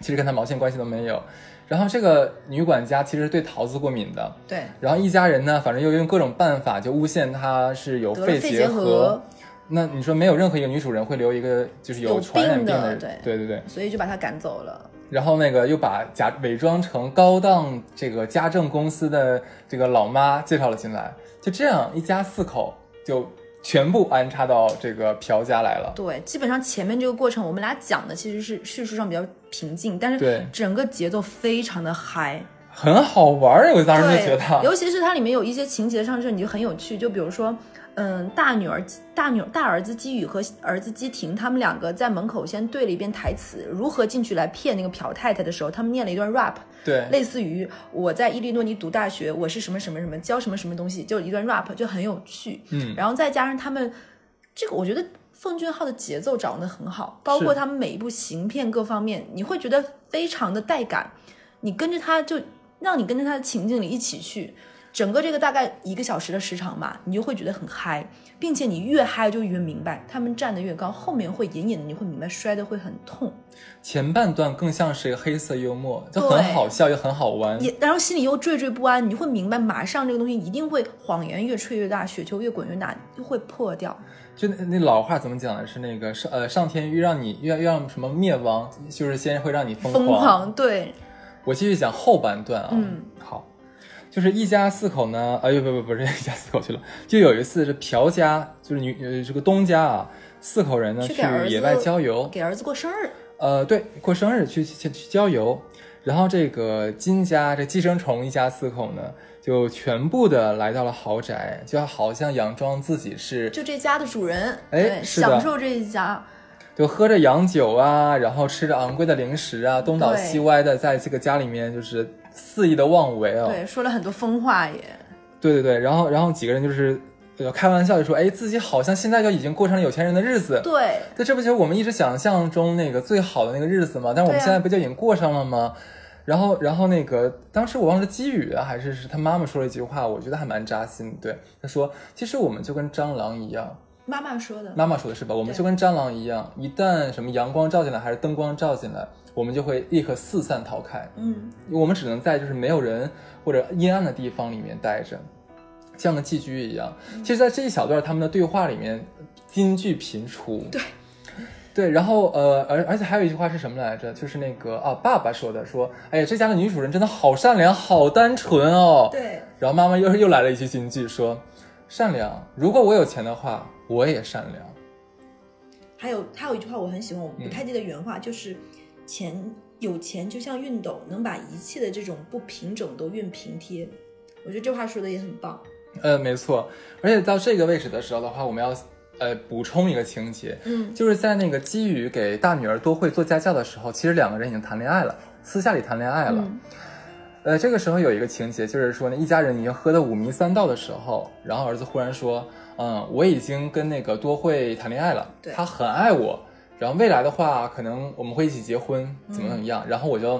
S2: 其实跟她毛线关系都没有。然后这个女管家其实对桃子过敏的，
S1: 对，
S2: 然后一家人呢，反正又用各种办法就诬陷她是 有
S1: 得了
S2: 肺
S1: 肺
S2: 结
S1: 结核，
S2: 那你说没有任何一个女主人会留一个就是
S1: 有
S2: 传染
S1: 病
S2: 病
S1: 的
S2: 人
S1: 对
S2: 对对对。
S1: 所以就把她赶走了。
S2: 然后那个又把假伪装成高档这个家政公司的这个老妈介绍了进来，就这样一家四口就全部安插到这个朴家来了。
S1: 对，基本上前面这个过程，我们俩讲的其实是叙述上比较平静，但
S2: 对
S1: 是整个节奏非常的嗨。
S2: 很好玩儿，我当时就
S1: 对，
S2: 觉得，啊
S1: 尤其是它里面有一些情节上，这你就很有趣。就比如说，嗯，大女儿、大女儿、大儿子基宇和儿子基廷，他们两个在门口先对了一遍台词，如何进去来骗那个朴太太的时候，他们念了一段 rap，
S2: 对，
S1: 类似于我在伊利诺尼读大学，我是什么什么什么，教什么什么东西，就一段 rap 就很有趣。
S2: 嗯，
S1: 然后再加上他们这个，我觉得奉俊昊的节奏掌握的很好，包括他们每一部行片各方面，你会觉得非常的带感，你跟着他就让你跟着他的情境里一起去。整个这个大概一个小时的时长吧，你就会觉得很嗨，并且你越嗨就越明白，他们站得越高，后面会隐隐的你会明白摔得会很痛，
S2: 前半段更像是一个黑色幽默，就
S1: 对
S2: 很好笑又很好玩，
S1: 也然后心里又惴惴不安，你会明白马上这个东西一定会谎言越吹越大，雪球越滚越大，就会破掉。
S2: 就那那老话怎么讲的是那个上呃上天越让你越越让什么灭亡，就是先会让你疯
S1: 疯狂，对，
S2: 我继续讲后半段啊，
S1: 嗯，
S2: 好，就是一家四口呢，哎呦不不不是一家四口去了，就有一次是朴家，就是女呃这个东家啊，四口人呢
S1: 去
S2: 去
S1: 给儿子
S2: 野外郊游，
S1: 给儿子过生日，
S2: 呃，对，过生日去去去郊游，然后这个金家这寄生虫一家四口呢，就全部的来到了豪宅，就好像佯装自己是，
S1: 就这家的主人，
S2: 哎
S1: 对，
S2: 是的
S1: 享受这一家，
S2: 就喝着洋酒啊，然后吃着昂贵的零食啊，东倒
S1: 对
S2: 西歪的，在这个家里面就是肆意的妄为哦。
S1: 对，说了很多疯话也，
S2: 对对对，然后然后几个人就是呃开玩笑就说，哎，自己好像现在就已经过上了有钱人的日子。
S1: 对，
S2: 那这不就是我们一直想象中那个最好的那个日子吗？但是
S1: 对
S2: 我们
S1: 啊
S2: 现在不就已经过上了吗？然后，然后那个当时我忘了是基宇啊还是是他妈妈说了一句话，我觉得还蛮扎心的。对，他说，其实我们就跟蟑螂一样，
S1: 妈妈说的，
S2: 妈妈说的是吧？我们
S1: 对
S2: 就跟蟑螂一样，一旦什么阳光照进来还是灯光照进来，我们就会立刻四散逃开。
S1: 嗯，
S2: 我们只能在就是没有人或者阴暗的地方里面待着，像个寄居一样。
S1: 嗯
S2: 其实，在这一小段他们的对话里面，金句频出。
S1: 对。
S2: 对，然后呃，而而且还有一句话是什么来着？就是那个啊，爸爸说的，说，哎呀，这家的女主人真的好善良，好单纯哦。
S1: 对，
S2: 然后妈妈又又来了一句金句，说，善良。如果我有钱的话，我也善良。
S1: 还有还有一句话我很喜欢，我
S2: 嗯
S1: 不太记得原话，就是钱有钱就像熨斗，能把一切的这种不平整都熨平贴。我觉得这话说的也很棒。
S2: 呃，没错。而且到这个位置的时候的话，我们要呃补充一个情节，
S1: 嗯，
S2: 就是在那个基宇给大女儿多惠做家教的时候，其实两个人已经谈恋爱了，私下里谈恋爱了。
S3: 嗯
S2: 呃，这个时候有一个情节，就是说呢，一家人已经喝得五迷三道的时候，然后儿子忽然说：“嗯，我已经跟那个多惠谈恋爱了，
S1: 对
S2: 他很爱我，然后未来的话，可能我们会一起结婚，怎么怎么样。然后我就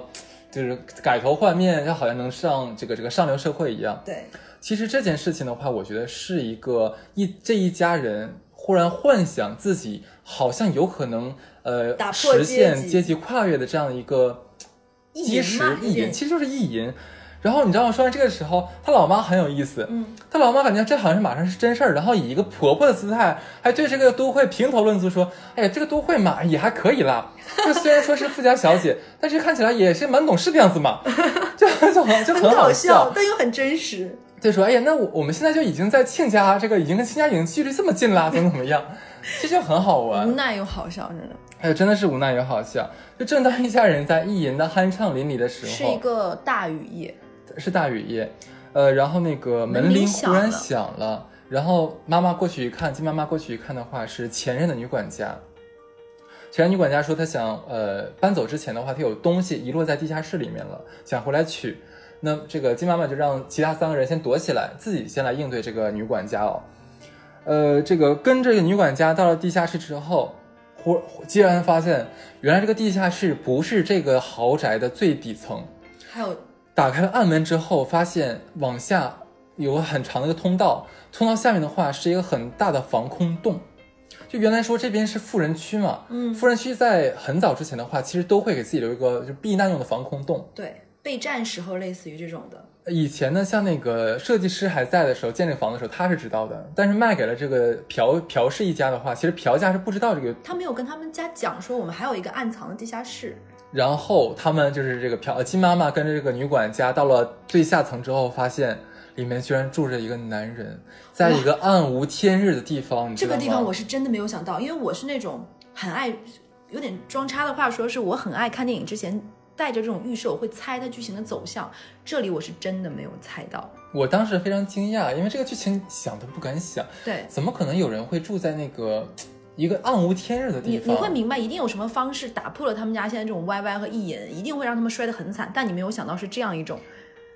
S2: 就是改头换面，就好像能上这个这个上流社会一样。
S1: 对，
S2: 其实这件事情的话，我觉得是一个一这一家人忽然幻想自己好像有可能呃
S1: 打破
S2: 实现
S1: 阶级
S2: 阶级跨越的这样一个
S1: 意
S2: 基
S1: 淫
S2: 石
S1: 嘛
S2: 意
S1: 有
S2: 淫，
S1: 点
S2: 其实就是意淫。然后你知道吗？说完这个时候，他老妈很有意思，
S1: 嗯，
S2: 他老妈感觉这好像是马上是真事儿，然后以一个婆婆的姿态，还对这个都会评头论足说：“哎呀，这个都会嘛也还可以啦，就虽然说是富家小姐，但是看起来也是蛮懂事的样子嘛。就” 就就很就
S1: 很
S2: 很好
S1: 搞
S2: 笑，
S1: 但又很真实。
S2: 对，说哎呀，那我我们现在就已经在亲家这个已经跟亲家已经距离这么近啦，怎么怎么样，其实很好
S3: 无
S2: 玩。
S3: 奈又好笑，真的
S2: 哎呀，真的是无奈也好笑。就正当一家人在意淫的酣畅淋漓的时
S3: 是一
S2: 候，
S3: 个大雨夜，
S2: 是大雨夜，呃，然后那个门
S3: 门铃
S2: 铃忽
S3: 响了
S2: 然响了，然后妈妈过去一看，金妈妈过去一看的话是前任的女管家。前任女管家说，她想，呃，搬走之前的话，她有东西遗落在地下室里面了，想回来取。那这个金妈妈就让其他三个人先躲起来，自己先来应对这个女管家哦。呃，这个跟这个女管家到了地下室之后，忽忽竟然发现，原来这个地下室不是这个豪宅的最底层。
S1: 还有
S2: 打开了暗门之后，发现往下有个很长的一个通道，通道下面的话是一个很大的防空洞。就原来说这边是富人区嘛，
S1: 嗯
S2: 富人区在很早之前的话，其实都会给自己留一个就是避难用的防空洞。
S1: 对备战时候类似于这种的，
S2: 以前呢，像那个设计师还在的时候，建这个房子的时候，他是知道的，但是卖给了这个朴朴氏一家的话，其实朴家是不知道这个。
S1: 他没有跟他们家讲说我们还有一个暗藏的地下室。
S2: 然后他们就是这个朴呃金妈妈跟着这个女管家到了最下层之后，发现里面居然住着一个男人，在一个暗无天日的地方，你知
S1: 这
S2: 道
S1: 个
S2: 吗？
S1: 地方我是真的没有想到，因为我是那种很爱，有点装叉的话说，是我很爱看电影之前带着这种预设，我会猜它剧情的走向。这里我是真的没有猜到，
S2: 我当时非常惊讶，因为这个剧情想都不敢想，
S1: 对
S2: 怎么可能有人会住在那个一个暗无天日的
S1: 你
S2: 地方？
S1: 你会明白，一定有什么方式打破了他们家现在这种歪歪和意淫，一定会让他们摔得很惨。但你没有想到是这样一种，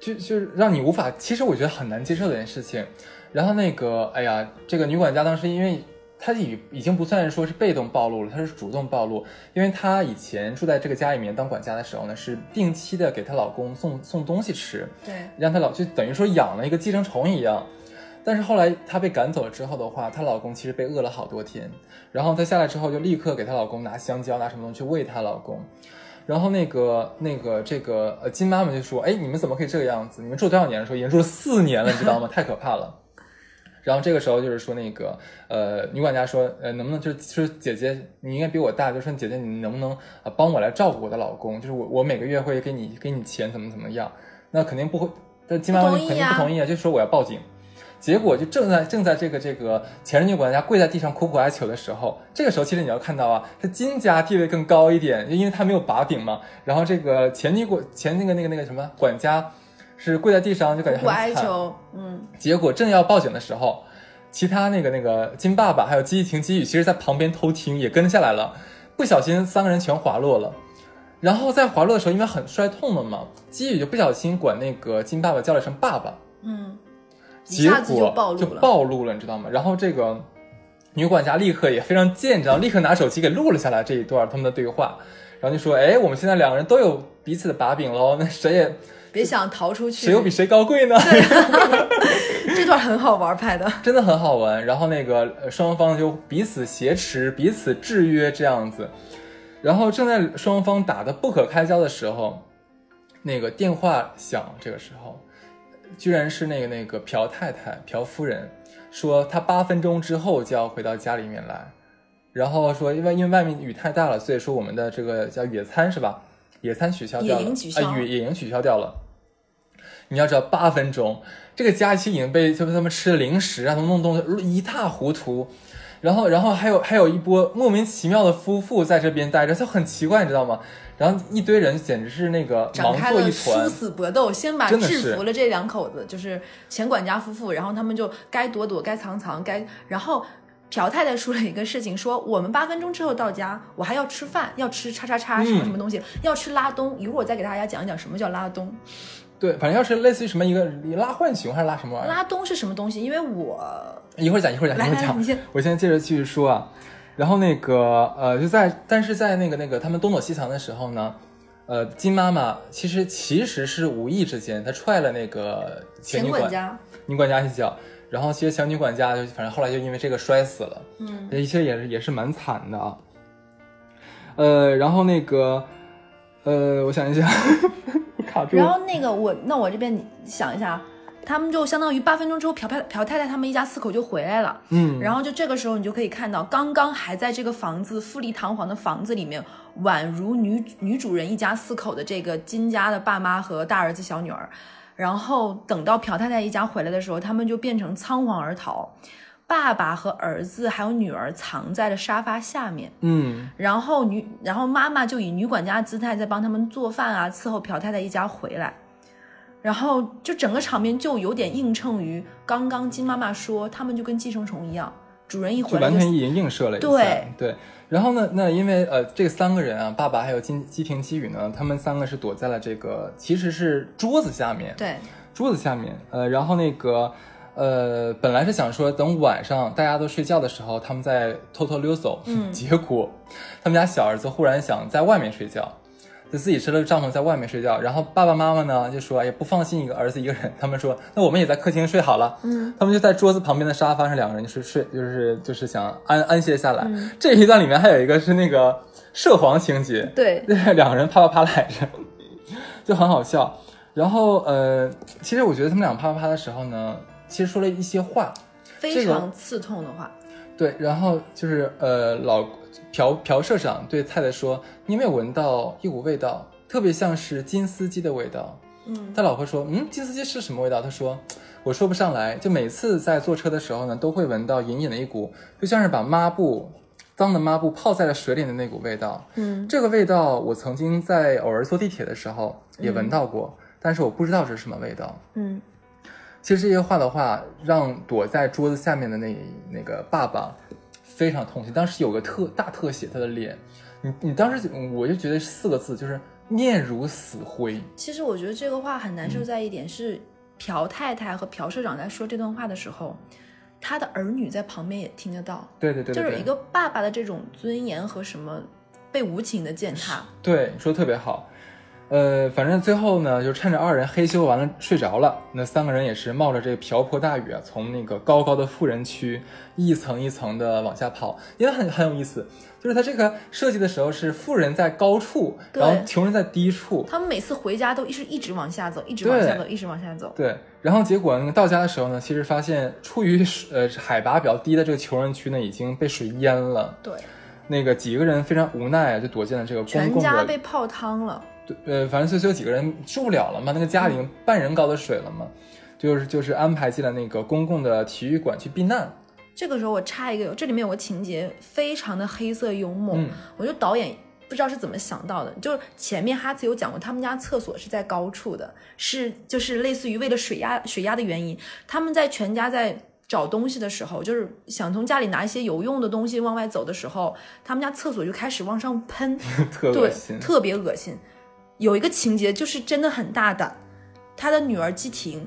S2: 就就是让你无法，其实我觉得很难接受的一件事情。然后那个，哎呀，这个女管家当时因为她已已经不算是说是被动暴露了，她是主动暴露，因为她以前住在这个家里面当管家的时候呢，是定期的给她老公送送东西吃，
S1: 对
S2: 让她老就等于说养了一个寄生虫一样。但是后来她被赶走了之后的话，她老公其实被饿了好多天，然后她下来之后就立刻给她老公拿香蕉拿什么东西去喂她老公，然后那个那个这个呃金妈妈就说，哎，你们怎么可以这个样子？你们住多少年了？说已经住了四年了，你知道吗？太可怕了。然后这个时候就是说那个呃女管家说，呃能不能就是就是姐姐你应该比我大，就说姐姐你能不能呃帮我来照顾我的老公？就是我我每个月会给你给你钱怎么怎么样？那肯定不会，但金妈妈
S1: 不
S2: 就
S1: 同意
S2: 肯定不
S1: 啊
S2: 同意啊，就说我要报警。结果就正在正在这个这个前任女管家跪在地上苦苦哀求的时候，这个时候其实你要看到啊，是金家地位更高一点，因为他没有把柄嘛。然后这个前女管前那个那个那个什么管家是跪在地上就感觉
S1: 苦
S2: 很
S1: 苦
S2: 惨
S1: 哀求，嗯，
S2: 结果正要报警的时候，其他那个那个金爸爸还有姬一婷、姬宇，其实在旁边偷听，也跟下来了。不小心三个人全滑落了。然后在滑落的时候，因为很摔痛了嘛，姬宇就不小心管那个金爸爸叫了一声爸爸，
S1: 嗯，一
S2: 结
S1: 下子就
S2: 果
S1: 暴露了
S2: 暴露了，你知道吗？然后这个女管家立刻也非常贱，你知道，立刻拿手机给录了下来这一段他们的对话，然后就说：“哎，我们现在两个人都有彼此的把柄喽，那谁也
S1: 别想逃出去。
S2: 谁又比谁高贵呢？”
S1: 这段很好玩 拍的，
S2: 真的很好玩。然后那个呃双方就彼此挟持、彼此制约这样子。然后正在双方打得不可开交的时候，那个电话响，这个时候居然是那个那个朴太太、朴夫人说她八分钟之后就要回到家里面来，然后说因为因为外面雨太大了，所以说我们的这个叫野餐是吧？野餐取消掉了，
S1: 野营取消
S2: 啊、野野营取消掉了。你要知道，八分钟，这个假期已经被就被他们吃的零食啊，他们弄弄得一塌糊涂。然后，然后还有还有一波莫名其妙的夫妇在这边待着，就很奇怪，你知道吗？然后一堆人简直是那个
S1: 展
S2: 忙
S1: 开
S2: 作
S1: 了
S2: 一
S1: 殊
S2: 团，
S1: 死搏斗，先把
S2: 真的
S1: 制
S2: 是
S1: 服了这两口子，就是前管家夫妇，然后他们就该躲躲，该藏藏，该然后。朴太太说了一个事情，说我们八分钟之后到家，我还要吃饭，要吃叉叉叉什么
S2: 嗯
S1: 什么东西，要吃拉东。一会儿我再给大家讲一讲什么叫拉东。
S2: 对，反正要是类似于什么一个拉浣熊还是拉什么玩意儿，
S1: 拉东是什么东西？因为我
S2: 一会儿讲，一会儿讲，
S1: 来
S2: 一会儿
S1: 来，
S2: 讲
S1: 你。先
S2: 我现在接着继续说啊，然后那个呃，就在但是在那个那个他们东躲西藏的时候呢，呃，金妈妈其实其实是无意之间她踹了那个前
S1: 前
S2: 女
S1: 管
S2: 管
S1: 家，
S2: 女管家一脚，然后其实前女管家就反正后来就因为这个摔死了，
S1: 嗯，
S2: 这一切也是也是蛮惨的啊。呃，然后那个呃，我想一下， 我卡住了。
S1: 然后那个我，那我这边你想一下，啊他们就相当于八分钟之后，朴太朴太太他们一家四口就回来了。
S2: 嗯，
S1: 然后就这个时候，你就可以看到，刚刚还在这个房子富丽堂皇的房子里面，宛如女女主人一家四口的这个金家的爸妈和大儿子小女儿。然后等到朴太太一家回来的时候，他们就变成仓皇而逃，爸爸和儿子还有女儿藏在了沙发下面。
S2: 嗯
S1: 然后女，然后妈妈就以女管家的姿态在帮他们做饭啊，伺候朴太太一家回来。然后就整个场面就有点映衬于刚刚金妈妈说，他们就跟寄生虫一样，主人一
S2: 就
S1: 回来
S2: 完
S1: 就
S2: 全已经映射了一下。
S1: 对
S2: 对然后呢，那因为呃，这三个人啊，爸爸还有金基廷基宇呢，他们三个是躲在了这个其实是桌子下面，
S1: 对
S2: 桌子下面。呃，然后那个呃，本来是想说等晚上大家都睡觉的时候，他们再偷偷溜走。
S1: 嗯
S2: 结果他们家小儿子忽然想在外面睡觉。就自己支了帐篷在外面睡觉，然后爸爸妈妈呢就说：“哎呀，不放心一个儿子一个人。”他们说：“那我们也在客厅睡好了。”
S1: 嗯，
S2: 他们就在桌子旁边的沙发上，两个人就是睡，就是就是想安安歇下来。
S1: 嗯
S2: 这一段里面还有一个是那个涉黄情节，
S1: 对，
S2: 对， 两个人啪啪啪来着，就很好笑。然后呃，其实我觉得他们俩啪啪啪的时候呢，其实说了一些话，
S1: 非常刺痛的话，
S2: 对，然后就是呃，老朴朴社长对太太说：“你有没有闻到一股味道，特别像是金丝鸡的味道？”
S1: 嗯
S2: 他老婆说：“嗯，金丝鸡是什么味道？”他说：“我说不上来，就每次在坐车的时候呢，都会闻到隐隐的一股，就像是把抹布脏的抹布泡在了水里的那股味道。
S1: 嗯，
S2: 这个味道我曾经在偶尔坐地铁的时候也闻到过，但是我不知道这是什么味道。
S1: 嗯，
S2: 其实这些话的话，让躲在桌子下面的那那个爸爸非常痛心。当时有个特大特写他的脸，你你当时我就觉得四个字就是面如死灰。
S1: 其实我觉得这个话很难受在一点是，朴太太和朴社长在说这段话的时候，他的儿女在旁边也听得到，
S2: 对对对对
S1: 就
S2: 对，
S1: 是一个爸爸的这种尊严和什么被无情的践踏。
S2: 对，你说的特别好。呃，反正最后呢，就趁着二人嘿咻完了睡着了，那三个人也是冒着这个瓢泼大雨啊，从那个高高的富人区一层一层的往下跑，因为很很有意思，就是它这个设计的时候是富人在高处，
S1: 对
S2: 然后穷人在低处，
S1: 他们每次回家都一直一直往下走，一直往下走，一直往下走。
S2: 对，然后结果呢，到家的时候呢，其实发现处于水呃海拔比较低的这个穷人区呢，已经被水淹了，
S1: 对，
S2: 那个几个人非常无奈啊，就躲进了这个公
S1: 全
S2: 共
S1: 家
S2: 的
S1: 被泡汤了。
S2: 对，呃，反正最最后几个人受不了了嘛，那个家
S1: 嗯
S2: 里半人高的水了嘛，就是就是安排进了那个公共的体育馆去避难。
S1: 这个时候我插一个，这里面有个情节非常的黑色幽默，
S2: 嗯
S1: 我觉得导演不知道是怎么想到的，就是前面哈茨有讲过，他们家厕所是在高处的，是就是类似于为了水压水压的原因，他们在全家在。找东西的时候，就是想从家里拿一些有用的东西往外走的时候，他们家厕所就开始往上喷，
S2: 特恶
S1: 对，
S2: 心，
S1: 特别恶心。有一个情节就是真的很大胆，他的女儿基婷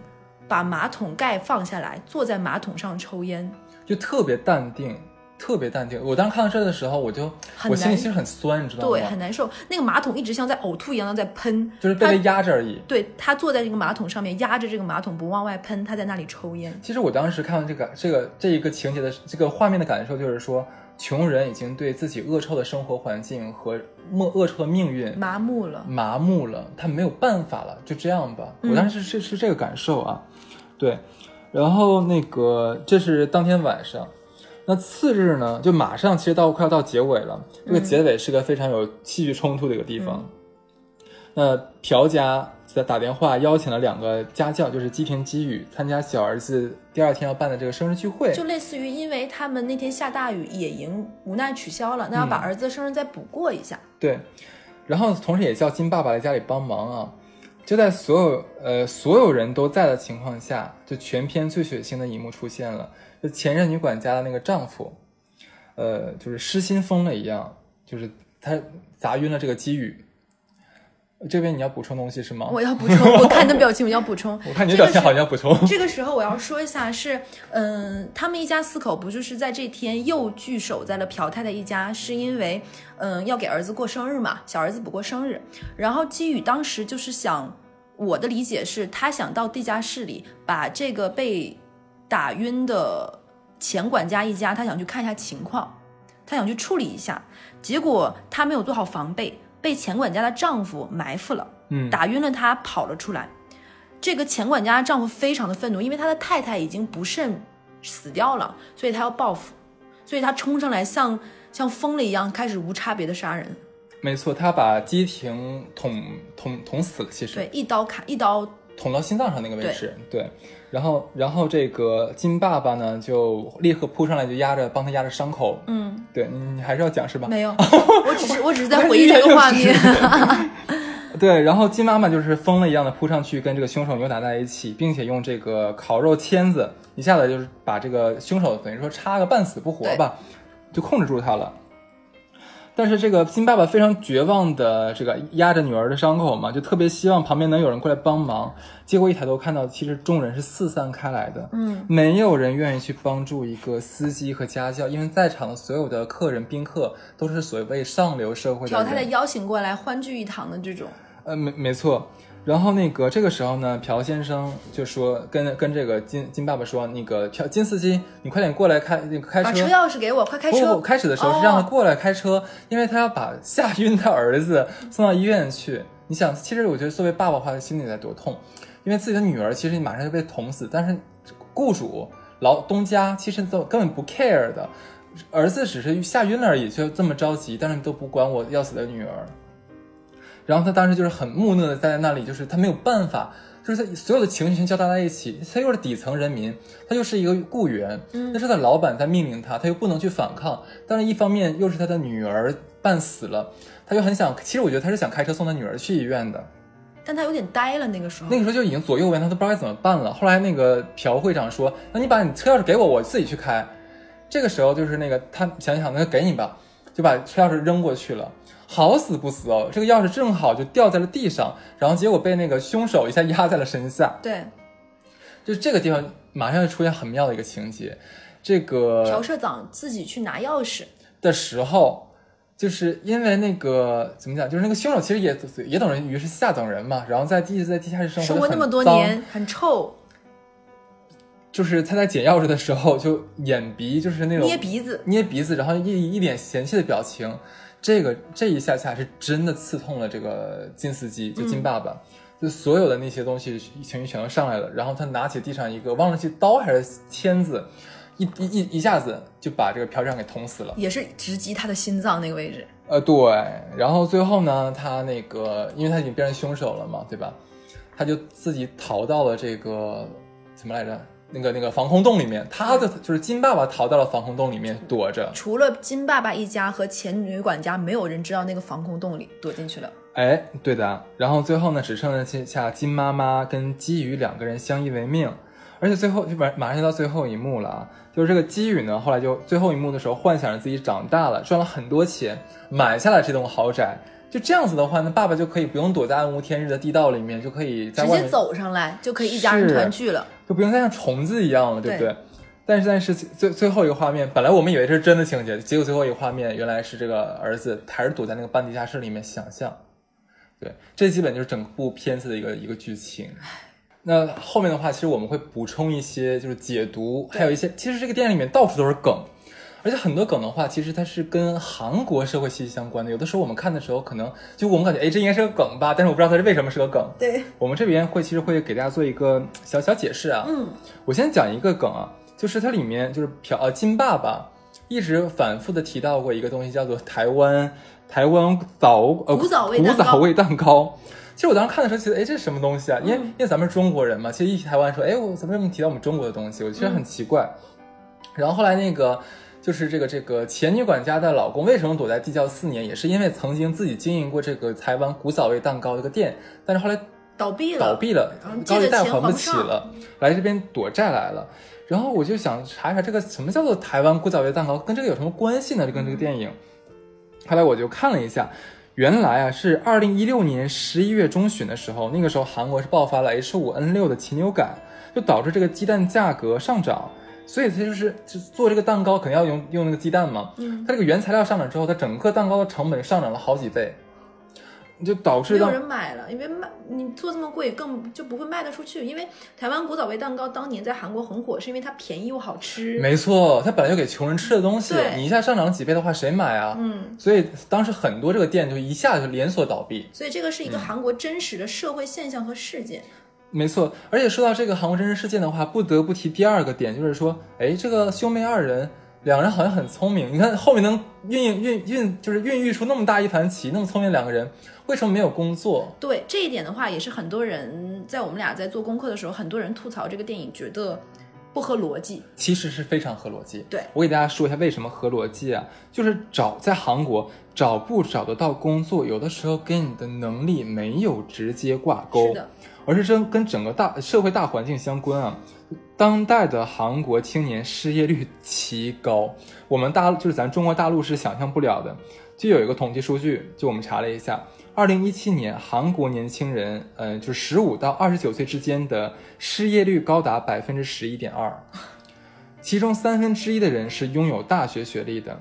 S1: 把马桶盖放下来，坐在马桶上抽烟，
S2: 就特别淡定，特别淡定。我当时看到这儿的时候，我就
S1: 很
S2: 我心里
S1: 难
S2: 其实很酸，你知道
S1: 对，
S2: 吗
S1: 很？难受。那个马桶一直像在呕吐一样的在喷，
S2: 就是被
S1: 他
S2: 被压着而已。
S1: 对他坐在这个马桶上面，压着这个马桶不往外喷，他在那里抽烟。
S2: 其实我当时看到这个这个这一个情节的这个画面的感受，就是说，穷人已经对自己恶臭的生活环境和恶恶臭的命运
S1: 麻木了，
S2: 麻木了，他没有办法了，就这样吧。
S1: 嗯
S2: 我当时是是这个感受啊，对。然后那个这是当天晚上，那次日呢，就马上
S1: 嗯
S2: 其实到快要到结尾了，这个结尾是个非常有戏剧冲突的一个地方。那朴家在打电话邀请了两个家教，就是基平基宇，参加小儿子第二天要办的这个生日聚会。
S1: 就类似于，因为他们那天下大雨，野营无奈取消了，那要把
S2: 嗯
S1: 儿子生日再补过一下。
S2: 对，然后同时也叫金爸爸来家里帮忙啊。就在所有呃所有人都在的情况下，就全片最血腥的一幕出现了，就前任女管家的那个丈夫，呃，就是失心疯了一样，就是他砸晕了这个基宇。这边你要补充东西是吗？。
S1: 我要补充，我看你的表情，我要补充
S2: 我看你的表
S1: 这个
S2: 情
S1: 是
S2: 好像要补充。
S1: 这个时候我要说一下是，嗯，他们一家四口不就是在这天又聚首在了朴太太一家，是因为嗯要给儿子过生日嘛，小儿子不过生日，然后基宇当时就是想，我的理解是他想到地下室里把这个被打晕的前管家一家，他想去看一下情况，他想去处理一下，结果他没有做好防备，被前管家的丈夫埋伏了。
S2: 嗯，
S1: 打晕了他，跑了出来。这个前管家的丈夫非常的愤怒，因为他的太太已经不慎死掉了，所以他要报复，所以他冲上来像像疯了一样，开始无差别的杀人，
S2: 没错，他把基廷捅捅捅死了，其实
S1: 对，一刀砍，一刀
S2: 捅到心脏上那个位置，对。然后，然后这个金爸爸呢，就立刻扑上来，就压着帮他压着伤口。
S1: 嗯，
S2: 对你你还是要讲是吧？
S1: 没有，我只是我只是在回忆这个画面，
S2: 对，然后金妈妈就是疯了一样的扑上去，跟这个凶手扭打在一起，并且用这个烤肉签子一下子就是把这个凶手等于说插个半死不活吧，就控制住他了。但是这个金爸爸非常绝望的这个压着女儿的伤口嘛，就特别希望旁边能有人过来帮忙。结果一抬头看到，其实众人是四散开来的，
S1: 嗯，
S2: 没有人愿意去帮助一个司机和家教，因为在场的所有的客人宾客都是所谓上流社会的
S1: 朴
S2: 人。
S1: 太太邀请过来欢聚一堂的这种，
S2: 呃，没没错。然后那个这个时候呢，朴先生就说跟跟这个金金爸爸说，那个朴金司机，你快点过来开那个开
S1: 把
S2: 车。
S1: 车钥匙给我，快开
S2: 不
S1: 车，
S2: 不，开始的时候是让他
S1: 哦
S2: 过来开车，因为他要把 吓晕的儿子送到医院去。你想，其实我觉得作为爸爸的话，心里得多痛，因为自己的女儿其实马上就被捅死，但是雇主劳东家其实都根本不 care 的，儿子只是吓晕了而已，就这么着急，但是都不管我要死的女儿。然后他当时就是很木讷的站在那里，就是他没有办法，就是他所有的情绪全交杂在一起，他又是底层人民，他又是一个雇员，
S1: 嗯
S2: 那是他的老板在命令他，他又不能去反抗，但是一方面又是他的女儿半死了，他又很想，其实我觉得他是想开车送他女儿去医院的，
S1: 但他有点呆了那个时候，
S2: 那个时候就已经左右为难，他都不知道该怎么办了。后来那个朴会长说：“那你把你车钥匙给我，我自己去开。”这个时候就是那个他想想，那就给你吧，就把车钥匙扔过去了。好死不死哦，这个钥匙正好就掉在了地上，然后结果被那个凶手一下压在了身下。
S1: 对，
S2: 就这个地方马上就出现很妙的一个情节，这个
S1: 朴社长自己去拿钥匙，
S2: 的时候，就是因为那个怎么讲，就是那个凶手其实也也等于是下等人嘛，然后在一直在地下室生活，
S1: 生活那么多年，很臭，
S2: 就是他在捡钥匙的时候，就眼鼻就是那种
S1: 捏鼻子，
S2: 捏鼻子，然后一一脸嫌弃的表情。这个这一下下是真的刺痛了这个金司机，
S1: 嗯
S2: 就金爸爸，就所有的那些东西情绪全都上来了。然后他拿起地上一个忘了是刀还是签子，一一一一下子就把这个朴站给捅死了。
S1: 也是直击他的心脏那个位置。
S2: 呃，对，然后最后呢，他那个，因为他已经变成凶手了嘛，对吧？他就自己逃到了这个怎么来着？那个那个防空洞里面，他的就是金爸爸逃到了防空洞里面躲着。
S1: 除了金爸爸一家和前女管家，没有人知道那个防空洞里躲进去了。
S2: 哎，对的。然后最后呢，只剩了下金妈妈跟基宇两个人相依为命。而且最后就马马上就到最后一幕了啊，就是这个基宇呢，后来就最后一幕的时候幻想着自己长大了，赚了很多钱，买下了这栋豪宅。就这样子的话，那爸爸就可以不用躲在暗无天日的地道里面，就可以在
S1: 直
S2: 外
S1: 接
S2: 面，
S1: 走上来就可以一家人团聚了。
S2: 就不用再像虫子一样了，对不对？
S1: 对
S2: 但是但是最最后一个画面，本来我们以为这是真的情节，结果最后一个画面原来是这个儿子还是躲在那个半地下室里面想象。对，这基本就是整部片子的一个一个剧情。那后面的话，其实我们会补充一些，就是解读，还有一些，其实这个电影里面到处都是梗，而且很多梗的话，其实它是跟韩国社会息息相关的。有的时候我们看的时候，可能就我们感觉，哎，这应该是个梗吧，但是我不知道它是为什么是个梗。
S1: 对，
S2: 我们这边会其实会给大家做一个小小解释啊。
S1: 嗯，
S2: 我先讲一个梗啊，就是它里面就是朴呃金爸爸一直反复的提到过一个东西，叫做台湾台湾枣呃
S1: 古早味蛋糕
S2: 古早味蛋糕。其实我当时看的时候觉得，哎，这是什么东西啊？因为、
S1: 嗯
S2: 因为咱们是中国人嘛，其实一提台湾说，哎，我怎么这么提到我们中国的东西？我觉得很奇怪。然后后来那个就是这个这个前女管家的老公为什么躲在地窖四年，也是因为曾经自己经营过这个台湾古早味蛋糕的一个店，但是后来
S1: 倒闭了，
S2: 倒闭了
S1: 然后，
S2: 高
S1: 借
S2: 利
S1: 的嗯
S2: 贷
S1: 钱
S2: 还
S1: 还
S2: 不
S1: 不
S2: 起
S1: 上
S2: 了，来这边躲债来了。然后我就想查一查这个什么叫做台湾古早味蛋糕，跟这个有什么关系呢？就跟这个电影。后来我就看了一下，原来啊是二零一六年十一月中旬的时候，那个时候韩国是爆发了 H 五 N 六的禽流感，就导致这个鸡蛋价格上涨。所以它就是就做这个蛋糕，肯定要用用那个鸡蛋嘛。
S1: 嗯
S2: 它这个原材料上涨之后，它整个蛋糕的成本上涨了好几倍，就导
S1: 没
S2: 致
S1: 有
S2: 到
S1: 人买了，因为卖你做这么贵，更就不会卖得出去。因为台湾古早味蛋糕当年在韩国很火，是因为它便宜又好吃。
S2: 没错，它本来就给穷人吃的东西，
S1: 对
S2: 你一下上涨几倍的话，谁买啊？
S1: 嗯，
S2: 所以当时很多这个店就一下就连锁倒闭。
S1: 所以这个是一个韩国真实的社会现象和事件。
S2: 没错，而且说到这个韩国真实事件的话，不得不提第二个点，就是说，哎，这个兄妹二人，两人好像很聪明。你看后面能孕孕孕，就是孕育出那么大一盘棋，那么聪明两个人，为什么没有工作？
S1: 对这一点的话，也是很多人在我们俩在做功课的时候，很多人吐槽这个电影觉得不合逻辑。
S2: 其实是非常合逻辑。
S1: 对
S2: 我给大家说一下为什么合逻辑啊，就是找在韩国找不找得到工作，有的时候跟你的能力没有直接挂钩，
S1: 是的，
S2: 而是真跟整个大社会大环境相关啊。当代的韩国青年失业率奇高，我们大就是咱中国大陆是想象不了的。就有一个统计数据，就我们查了一下，二零一七年韩国年轻人，呃，就十五到二十九岁之间的失业率高达百分之十一点二，其中三分之一的人是拥有大学学历的。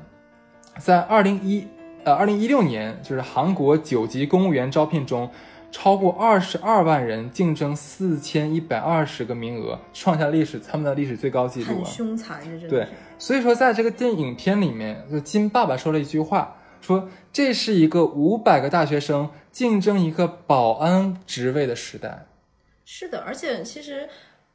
S2: 在二零一呃二零一六年，就是韩国九级公务员招聘中，超过二十二万人竞争四千一百二十个名额，创下历史他们的历史最高纪录
S1: 很
S2: 啊！
S1: 凶残，这真的
S2: 对
S1: 是，
S2: 所以说在这个电影片里面，就金爸爸说了一句话，说这是一个五百个大学生竞争一个保安职位的时代。
S1: 是的，而且其实。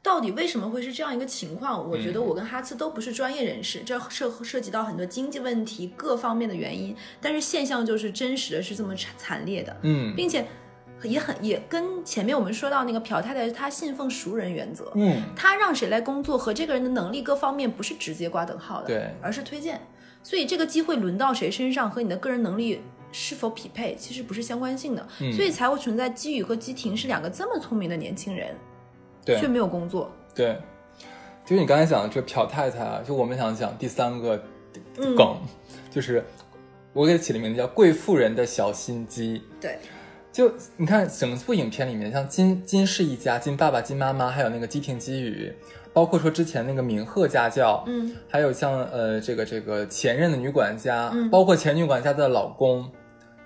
S1: 到底为什么会是这样一个情况？我
S2: 嗯
S1: 觉得我跟哈次都不是专业人士，这涉涉及到很多经济问题各方面的原因。但是现象就是真实的是这么惨惨烈的，
S2: 嗯
S1: 并且也很也跟前面我们说到那个朴太太，她信奉熟人原则，
S2: 嗯，
S1: 她让谁来工作和这个人的能力各方面不是直接挂等号的，
S2: 对
S1: 而是推荐。所以这个机会轮到谁身上和你的个人能力是否匹配，其实不是相关性的，
S2: 嗯
S1: 所以才会存在基宇和基廷是两个这么聪明的年轻人，
S2: 对
S1: 却没有工作。
S2: 对，就是你刚才讲的这个朴太太，啊，就我们想讲第三个
S1: 嗯
S2: 梗，就是我给它起的名字叫“贵妇人的小心机”。
S1: 对，
S2: 就你看整部影片里面，像金金氏一家、金爸爸、金妈妈，还有那个基廷基宇，包括说之前那个明鹤家教，
S1: 嗯，
S2: 还有像呃这个这个前任的女管家，
S1: 嗯
S2: 包括前女管家的老公，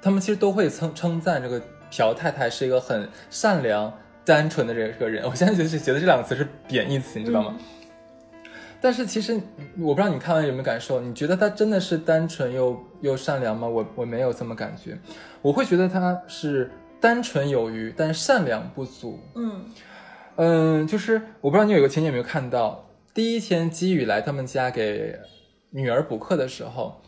S2: 他们其实都会称称赞这个朴太太是一个很善良、单纯的这个人。我现在就是觉得这两个词是贬义词，你知道吗？但是其实我不知道你看完有没有感受，你觉得她真的是单纯又又善良吗？我我没有这么感觉，我会觉得她是单纯有余，但善良不足。
S1: 嗯，
S2: 嗯，就是我不知道你有一个情节有没有看到，第一天基宇来他们家给女儿补课的时候，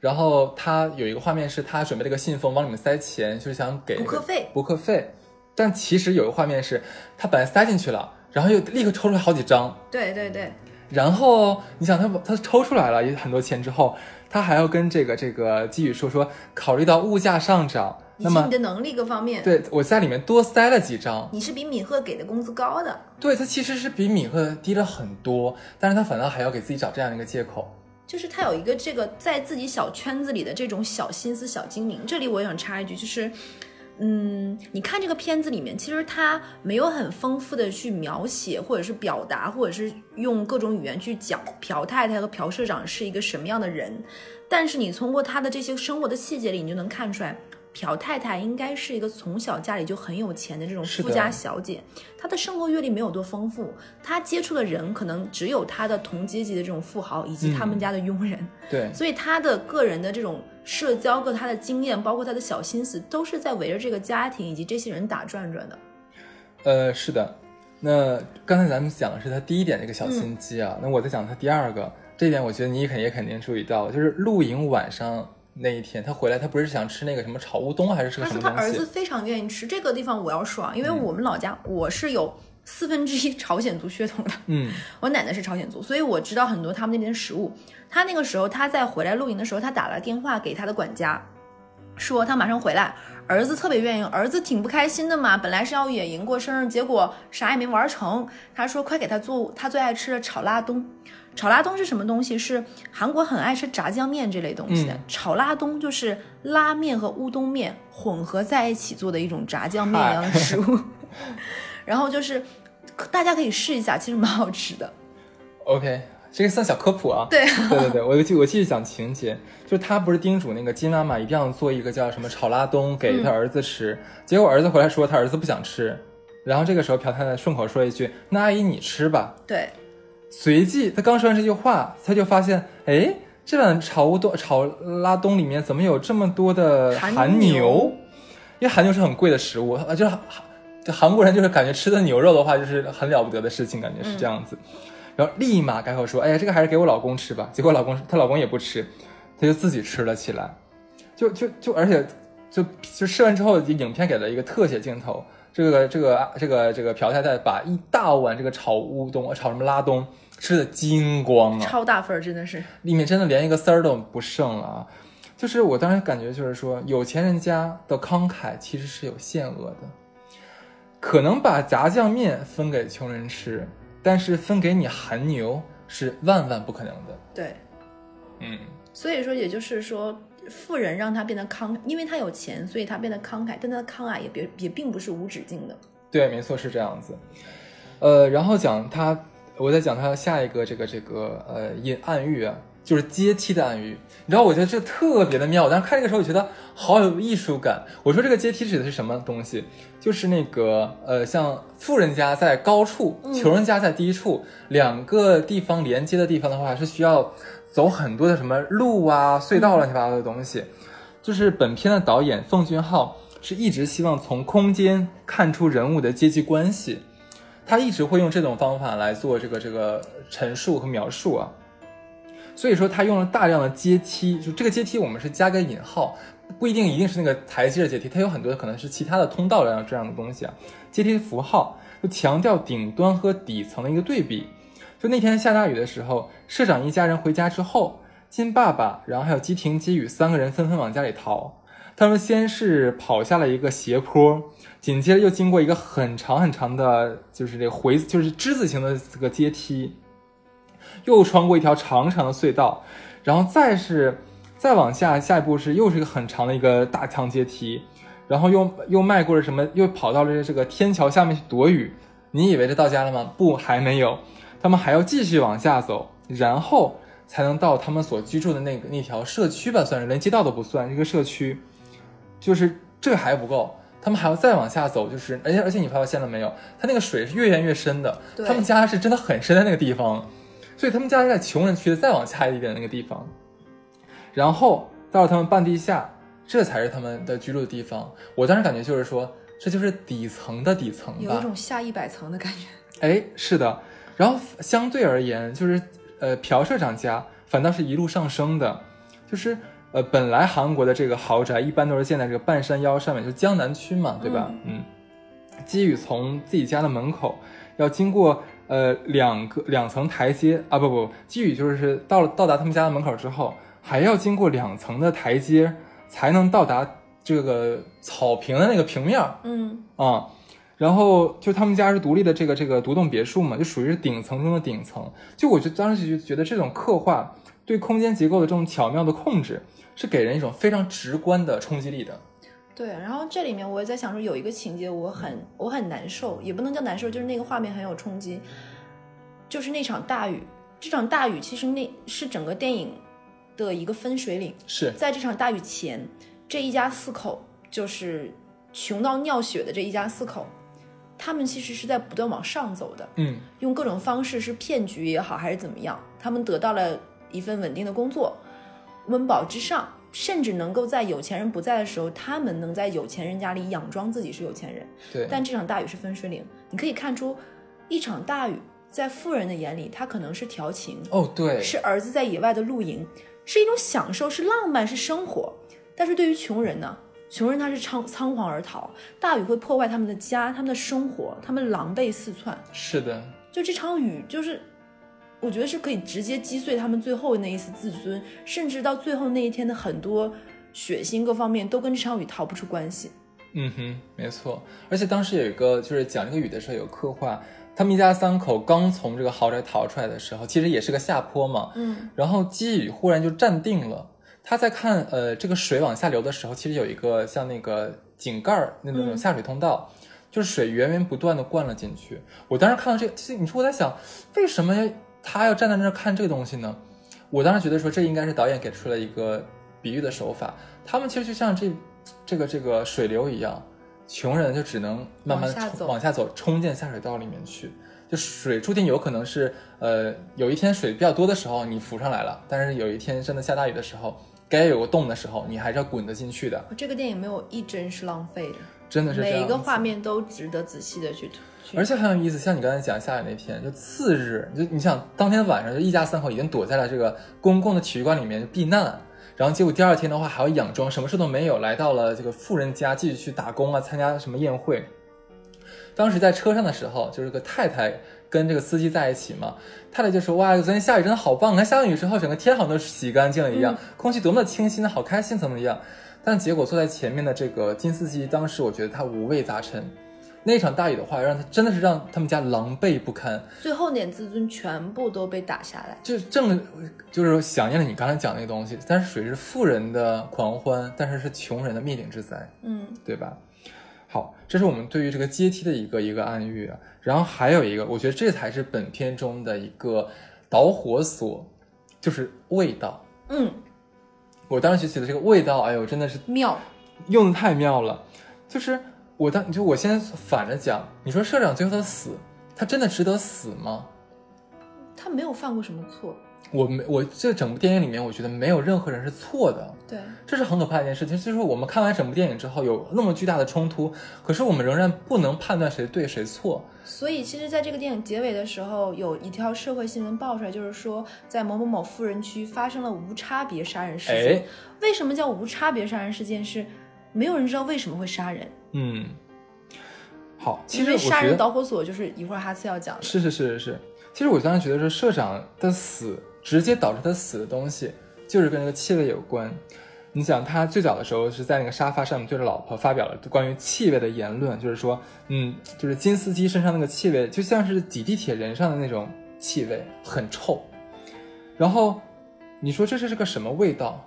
S2: 然后他有一个画面是他准备了一个信封，往里面塞钱，就是想给
S1: 补课费
S2: 补课费，但其实有一个画面是他本来塞进去了，然后又立刻抽出来好几张，
S1: 对对对，
S2: 然后你想他他抽出来了也很多钱之后，他还要跟这个这个基宇说说，考虑到物价上涨，
S1: 以
S2: 那
S1: 及你
S2: 么
S1: 的能力各方面，
S2: 对我在里面多塞了几张。
S1: 你是比敏赫给的工资高的，
S2: 对，他其实是比米赫低了很多，但是他反倒还要给自己找这样一个借口。
S1: 就是他有一个这个在自己小圈子里的这种小心思、小精灵。这里我想插一句，就是，嗯，你看这个片子里面，其实他没有很丰富的去描写，或者是表达，或者是用各种语言去讲朴太太和朴社长是一个什么样的人。但是你通过他的这些生活的细节里，你就能看出来。朴太太应该是一个从小家里就很有钱的这种
S2: 是的
S1: 富家小姐，她的生活阅历没有多丰富，她接触的人可能只有她的同阶级的这种富豪以及他们
S2: 嗯
S1: 家的佣人，
S2: 对，
S1: 所以她的个人的这种社交和她的经验，包括她的小心思，都是在围着这个家庭以及这些人打转转的。
S2: 呃，是的。那刚才咱们讲的是他第一点这个小心
S1: 嗯
S2: 机啊，那我再讲他第二个，这一点我觉得你肯也肯定注意到，就是露营晚上那一天，他回来，他不是想吃那个什么炒乌冬还是是个
S1: 他
S2: 什
S1: 说啊
S2: 么
S1: 他
S2: 东
S1: 儿子
S2: 西？嗯
S1: 非常愿意吃这个地方，我要说啊，因为我们老家我是有四分之一朝鲜族血统的，
S2: 嗯
S1: 我奶奶是朝鲜族，所以我知道很多他们那边的食物。他那个时候他在回来露营的时候，他打了电话给他的管家，说他马上回来。儿子特别愿意，儿子挺不开心的嘛，本来是要野营过生日，结果啥也没玩成。他说快给他做他最爱吃的炒拉冬。炒拉冬是什么东西？是韩国很爱吃炸酱面这类东西的。
S2: 嗯
S1: 炒拉冬就是拉面和乌冬面混合在一起做的一种炸酱面一样的食物。 然后就是大家可以试一下，其实蛮好吃的。
S2: ，OK，这个算小科普啊。
S1: 对，
S2: 对对对，我就记我继续讲情节，就是他不是叮嘱那个金妈妈一定要做一个叫什么炒拉冬给
S1: 嗯
S2: 他儿子吃，结果儿子回来说他儿子不想吃，然后这个时候朴太太顺口说一句：“那阿姨你吃吧。
S1: 对，”
S2: 随即他刚说完这句话，他就发现，哎，这碗炒乌冬炒拉冬里面怎么有这么多的
S1: 韩
S2: 韩
S1: 牛
S2: 牛？因为韩牛是很贵的食物，呃，就是韩就韩国人就是感觉吃的牛肉的话，就是很了不得的事情，感觉
S1: 嗯
S2: 是这样子。然后立马改口说：“哎呀，这个还是给我老公吃吧。”结果老公她老公也不吃，她就自己吃了起来。就就就，而且就就吃完之后，影片给了一个特写镜头，这个这个这个这个朴太太把一大碗这个炒乌冬、炒什么拉冬吃的精光啊！
S1: 超大份儿，真的是。
S2: 里面真的连一个丝儿都不剩了啊！就是我当时感觉就是说，有钱人家的慷慨其实是有限额的，可能把炸酱面分给穷人吃，但是分给你韩牛是万万不可能的。
S1: 对，
S2: 嗯，
S1: 所以说也就是说，富人让他变得慷，因为他有钱，所以他变得慷慨，但他的慷慨也别也并不是无止境的。
S2: 对，没错是这样子。呃，然后讲他，我再讲他下一个这个这个呃隐暗喻啊，就是阶梯的暗喻。你知道，我觉得这特别的妙。我当时看这个时候，我觉得好有艺术感。我说这个阶梯指的是什么东西？就是那个呃，像富人家在高处，穷人家在低处，两个地方连接的地方的话，是需要走很多的什么路啊、隧道乱七八糟的东西。就是本片的导演奉俊昊是一直希望从空间看出人物的阶级关系，他一直会用这种方法来做这个这个陈述和描述啊。所以说他用了大量的阶梯，就这个阶梯我们是加个引号，不一定一定是那个台阶的阶梯，它有很多可能是其他的通道这样这样的东西啊。阶梯符号就强调顶端和底层的一个对比。就那天下大雨的时候，社长一家人回家之后，金爸爸，然后还有基廷、基宇三个人纷纷往家里逃。他们先是跑下了一个斜坡，紧接着又经过一个很长很长的，就是这个回就是之字形的这个阶梯，又穿过一条长长的隧道，然后再是再往下，下一步是又是一个很长的一个大长阶梯，然后又又迈过了什么，又跑到了这个天桥下面去躲雨。你以为这到家了吗？不，还没有，他们还要继续往下走，然后才能到他们所居住的那个那条社区吧，算是连街道都不算，一个社区。就是这个还不够，他们还要再往下走，就是而且而且你发现了没有，他那个水是越淹越深的，
S1: 对
S2: 他们家是真的很深的那个地方，所以他们家是在穷人区的再往下一点的那个地方，然后到了他们半地下，这才是他们的居住的地方。我当时感觉就是说，这就是底层的底层吧，
S1: 有一种下一百层的感觉。
S2: 哎，是的。然后相对而言，就是呃，朴社长家反倒是一路上升的，就是呃，本来韩国的这个豪宅一般都是建在这个半山腰上面，就江南区嘛，对吧？嗯。基宇从自己家的门口要经过呃两个两层台阶啊，不不，基宇就是到了到达他们家的门口之后，还要经过两层的台阶才能到达这个草坪的那个平面儿。
S1: 嗯，
S2: 啊、然后就他们家是独立的这个这个独栋别墅嘛，就属于是顶层中的顶层。就我就当时就觉得这种刻画对空间结构的这种巧妙的控制，是给人一种非常直观的冲击力的。
S1: 对。然后这里面我也在想说，有一个情节我很我很难受，也不能叫难受，就是那个画面很有冲击，就是那场大雨。这场大雨其实那是整个电影的一个分水岭。
S2: 是，
S1: 在这场大雨前，这一家四口就是穷到尿血的这一家四口，他们其实是在不断往上走的，
S2: 嗯，
S1: 用各种方式是骗局也好，还是怎么样，他们得到了一份稳定的工作，温饱之上，甚至能够在有钱人不在的时候，他们能在有钱人家里佯装自己是有钱人。
S2: 对，
S1: 但这场大雨是分水岭，你可以看出，一场大雨在富人的眼里，它可能是调情，
S2: 哦，对，
S1: 是儿子在野外的露营，是一种享受，是浪漫，是生活。但是对于穷人呢，穷人他是仓仓皇而逃，大雨会破坏他们的家、他们的生活，他们狼狈四窜。
S2: 是的，
S1: 就这场雨，就是我觉得是可以直接击碎他们最后那一丝自尊，甚至到最后那一天的很多血腥各方面都跟这场雨逃不出关系。
S2: 嗯哼，没错。而且当时有一个就是讲这个雨的时候有刻画，他们一家三口刚从这个豪宅逃出来的时候，其实也是个下坡嘛，
S1: 嗯，
S2: 然后基宇忽然就站定了，他在看呃这个水往下流的时候，其实有一个像那个井盖儿那种
S1: 嗯
S2: 下水通道，就是水源源不断的灌了进去。我当时看到这个，其实你说我在想，为什么他要站在那儿看这个东西呢？我当时觉得说这应该是导演给出了一个比喻的手法，他们其实就像这这个这个水流一样，穷人就只能慢慢
S1: 往下走
S2: 往下走，冲进下水道里面去。就水注定有可能是，呃，有一天水比较多的时候你浮上来了，但是有一天真的下大雨的时候，该有个洞的时候，你还是要滚得进去的，
S1: 这个电影没有一帧是浪费的，
S2: 真的是这样
S1: 每
S2: 子。
S1: 一个画面都值得仔细的去去。
S2: 而且很有意思，像你刚才讲下雨那天，就次日，就你想当天晚上就一家三口已经躲在了这个公共的体育馆里面避难，然后结果第二天的话还要佯装什么事都没有，来到了这个富人家继续去打工啊，参加什么宴会。当时在车上的时候，就是个太太跟这个司机在一起嘛，太太就说：“哇，昨天下雨真的好棒！你看下完雨之后，整个天好像都洗干净了一样，空气多么的清新，好开心，怎么样？”但结果坐在前面的这个金司机，当时我觉得他五味杂陈。那场大雨的话，让他真的是让他们家狼狈不堪，
S1: 最后那点自尊全部都被打下来。
S2: 就正就是响应了你刚才讲那个东西。但是水是富人的狂欢，但是是穷人的灭顶之灾。
S1: 嗯，
S2: 对吧？好，这是我们对于这个阶梯的一个一个暗喻啊。然后还有一个，我觉得这才是本片中的一个导火索，就是味道。
S1: 嗯，
S2: 我当时觉得这个味道，哎呦，真的是
S1: 妙，
S2: 用的太妙了。就是我当，就我先反着讲，你说社长最后的死，他真的值得死吗？
S1: 他没有犯过什么错。
S2: 我没，我这整部电影里面，我觉得没有任何人是错的。
S1: 对，
S2: 这是很可怕的一件事情，就是我们看完整部电影之后有那么巨大的冲突，可是我们仍然不能判断谁对谁错。
S1: 所以其实，在这个电影结尾的时候，有一条社会新闻爆出来，就是说在某某某富人区发生了无差别杀人事件。
S2: 哎
S1: 为什么叫无差别杀人事件是？没有人知道为什么会杀人，
S2: 嗯，好，其
S1: 因
S2: 实
S1: 为
S2: 我
S1: 杀
S2: 觉
S1: 人
S2: 得
S1: 导火索就是一会儿哈斯要讲的。
S2: 是是是是是，其实我当时觉得是社长的死直接导致他死的东西，就是跟这个气味有关。你想，他最早的时候是在那个沙发上面对着老婆发表了关于气味的言论，就是说，嗯，就是金斯基身上那个气味，就像是挤地铁人上的那种气味，很臭。然后你说这是是个什么味道？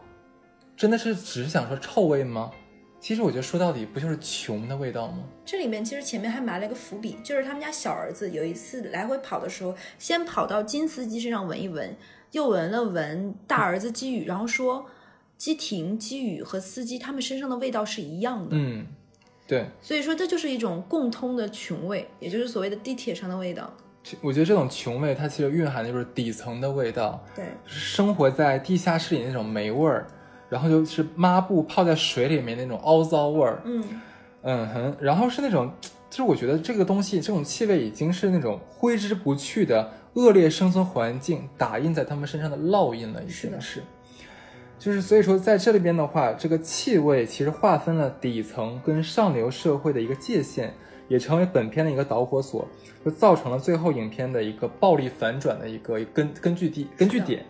S2: 真的是只是想说臭味吗？其实我觉得说到底不就是穷的味道吗？
S1: 这里面其实前面还埋了一个伏笔，就是他们家小儿子有一次来回跑的时候，先跑到金司机身上闻一闻，又闻了闻大儿子基宇，然后说基廷、基宇和司机他们身上的味道是一样的，
S2: 嗯，对。
S1: 所以说这就是一种共通的穷味，也就是所谓的地铁上的味道。
S2: 我觉得这种穷味，它其实蕴含的就是底层的味道，
S1: 对，
S2: 生活在地下室里那种霉味儿，然后就是抹布泡在水里面那种凹糟味儿，
S1: 嗯，
S2: 嗯哼，然后是那种，就是我觉得这个东西，这种气味已经是那种挥之不去的恶劣生存环境打印在他们身上的烙印了，已
S1: 是
S2: 经
S1: 的
S2: 是。就是所以说，在这里边的话，这个气味其实划分了底层跟上流社会的一个界限，也成为本片的一个导火索，就造成了最后影片的一个暴力反转的一个根根据地根据
S1: 是的
S2: 点。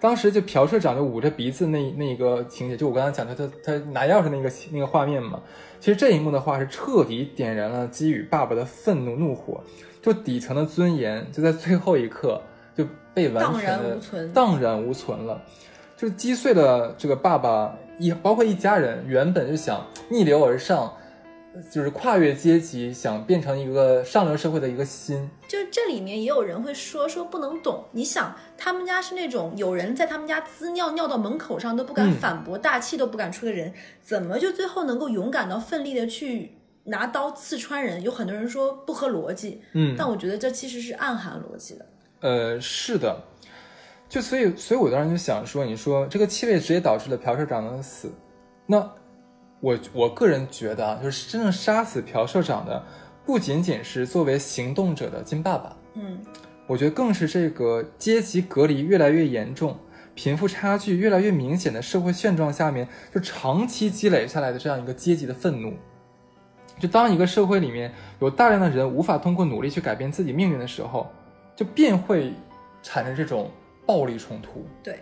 S2: 当时就朴社长就捂着鼻子那那一个情节，就我刚才讲他他他拿钥匙那个那个画面嘛，其实这一幕的话是彻底点燃了基宇爸爸的愤怒怒火，就底层的尊严就在最后一刻就被完
S1: 荡
S2: 全
S1: 然
S2: 的
S1: 无存
S2: 荡然无存了，就击碎了这个爸爸一包括一家人原本就想逆流而上，就是跨越阶级，想变成一个上流社会的一个心，
S1: 就这里面也有人会说说不能懂，你想他们家是那种有人在他们家滋尿尿到门口上都不敢
S2: 嗯
S1: 反驳、大气都不敢出的人，怎么就最后能够勇敢到奋力的去拿刀刺穿人？有很多人说不合逻辑，
S2: 嗯，
S1: 但我觉得这其实是暗含逻辑的。
S2: 呃，是的，就所以，所以我当时就想说，你说这个气味直接导致了朴社长的死，那我我个人觉得啊，就是真正杀死朴社长的，不仅仅是作为行动者的金爸爸，
S1: 嗯
S2: 我觉得更是这个阶级隔离越来越严重、贫富差距越来越明显的社会现状下面，就长期积累下来的这样一个阶级的愤怒。就当一个社会里面有大量的人无法通过努力去改变自己命运的时候，就便会产生这种暴力冲突。
S1: 对，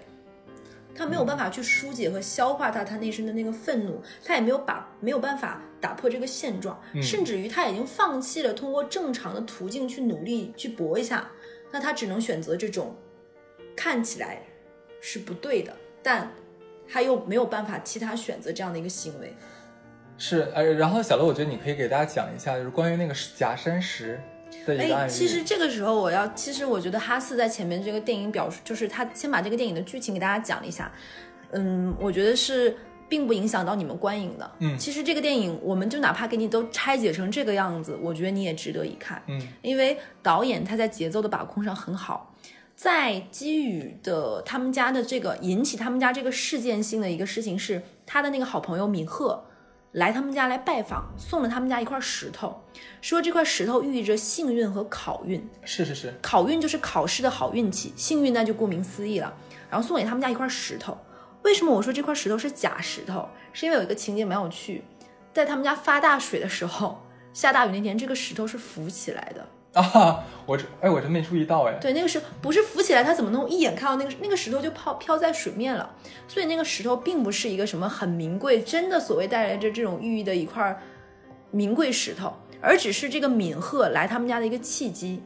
S1: 他没有办法去疏解和消化他他内心的那个愤怒，他也没有把没有办法打破这个现状，
S2: 嗯
S1: 甚至于他已经放弃了通过正常的途径去努力去搏一下，那他只能选择这种看起来是不对的，但他又没有办法其他选择这样的一个行为。
S2: 是，呃，然后小乐，我觉得你可以给大家讲一下，就是关于那个假山石的一个案
S1: 哎，
S2: 例。
S1: 其实这个时候我要，其实我觉得哈斯在前面这个电影表述，就是他先把这个电影的剧情给大家讲了一下。嗯，我觉得是并不影响到你们观影的。
S2: 嗯
S1: 其实这个电影，我们就哪怕给你都拆解成这个样子，我觉得你也值得一看。
S2: 嗯
S1: 因为导演他在节奏的把控上很好，在基宇的他们家的这个引起他们家这个事件性的一个事情是，他的那个好朋友米赫来他们家来拜访，送了他们家一块石头，说这块石头寓意着幸运和考运，
S2: 是是是，
S1: 考运就是考试的好运气，幸运那就顾名思义了。然后送给他们家一块石头，为什么我说这块石头是假石头？是因为有一个情节蛮有趣，在他们家发大水的时候，下大雨那天，这个石头是浮起来的。
S2: 啊，我这哎，我真没注意到哎。
S1: 对，那个时候不是浮起来，他怎么能一眼看到那个那个石头就抛飘在水面了？所以那个石头并不是一个什么很名贵，真的所谓带来着这种寓意的一块儿名贵石头，而只是这个敏赫来他们家的一个契机。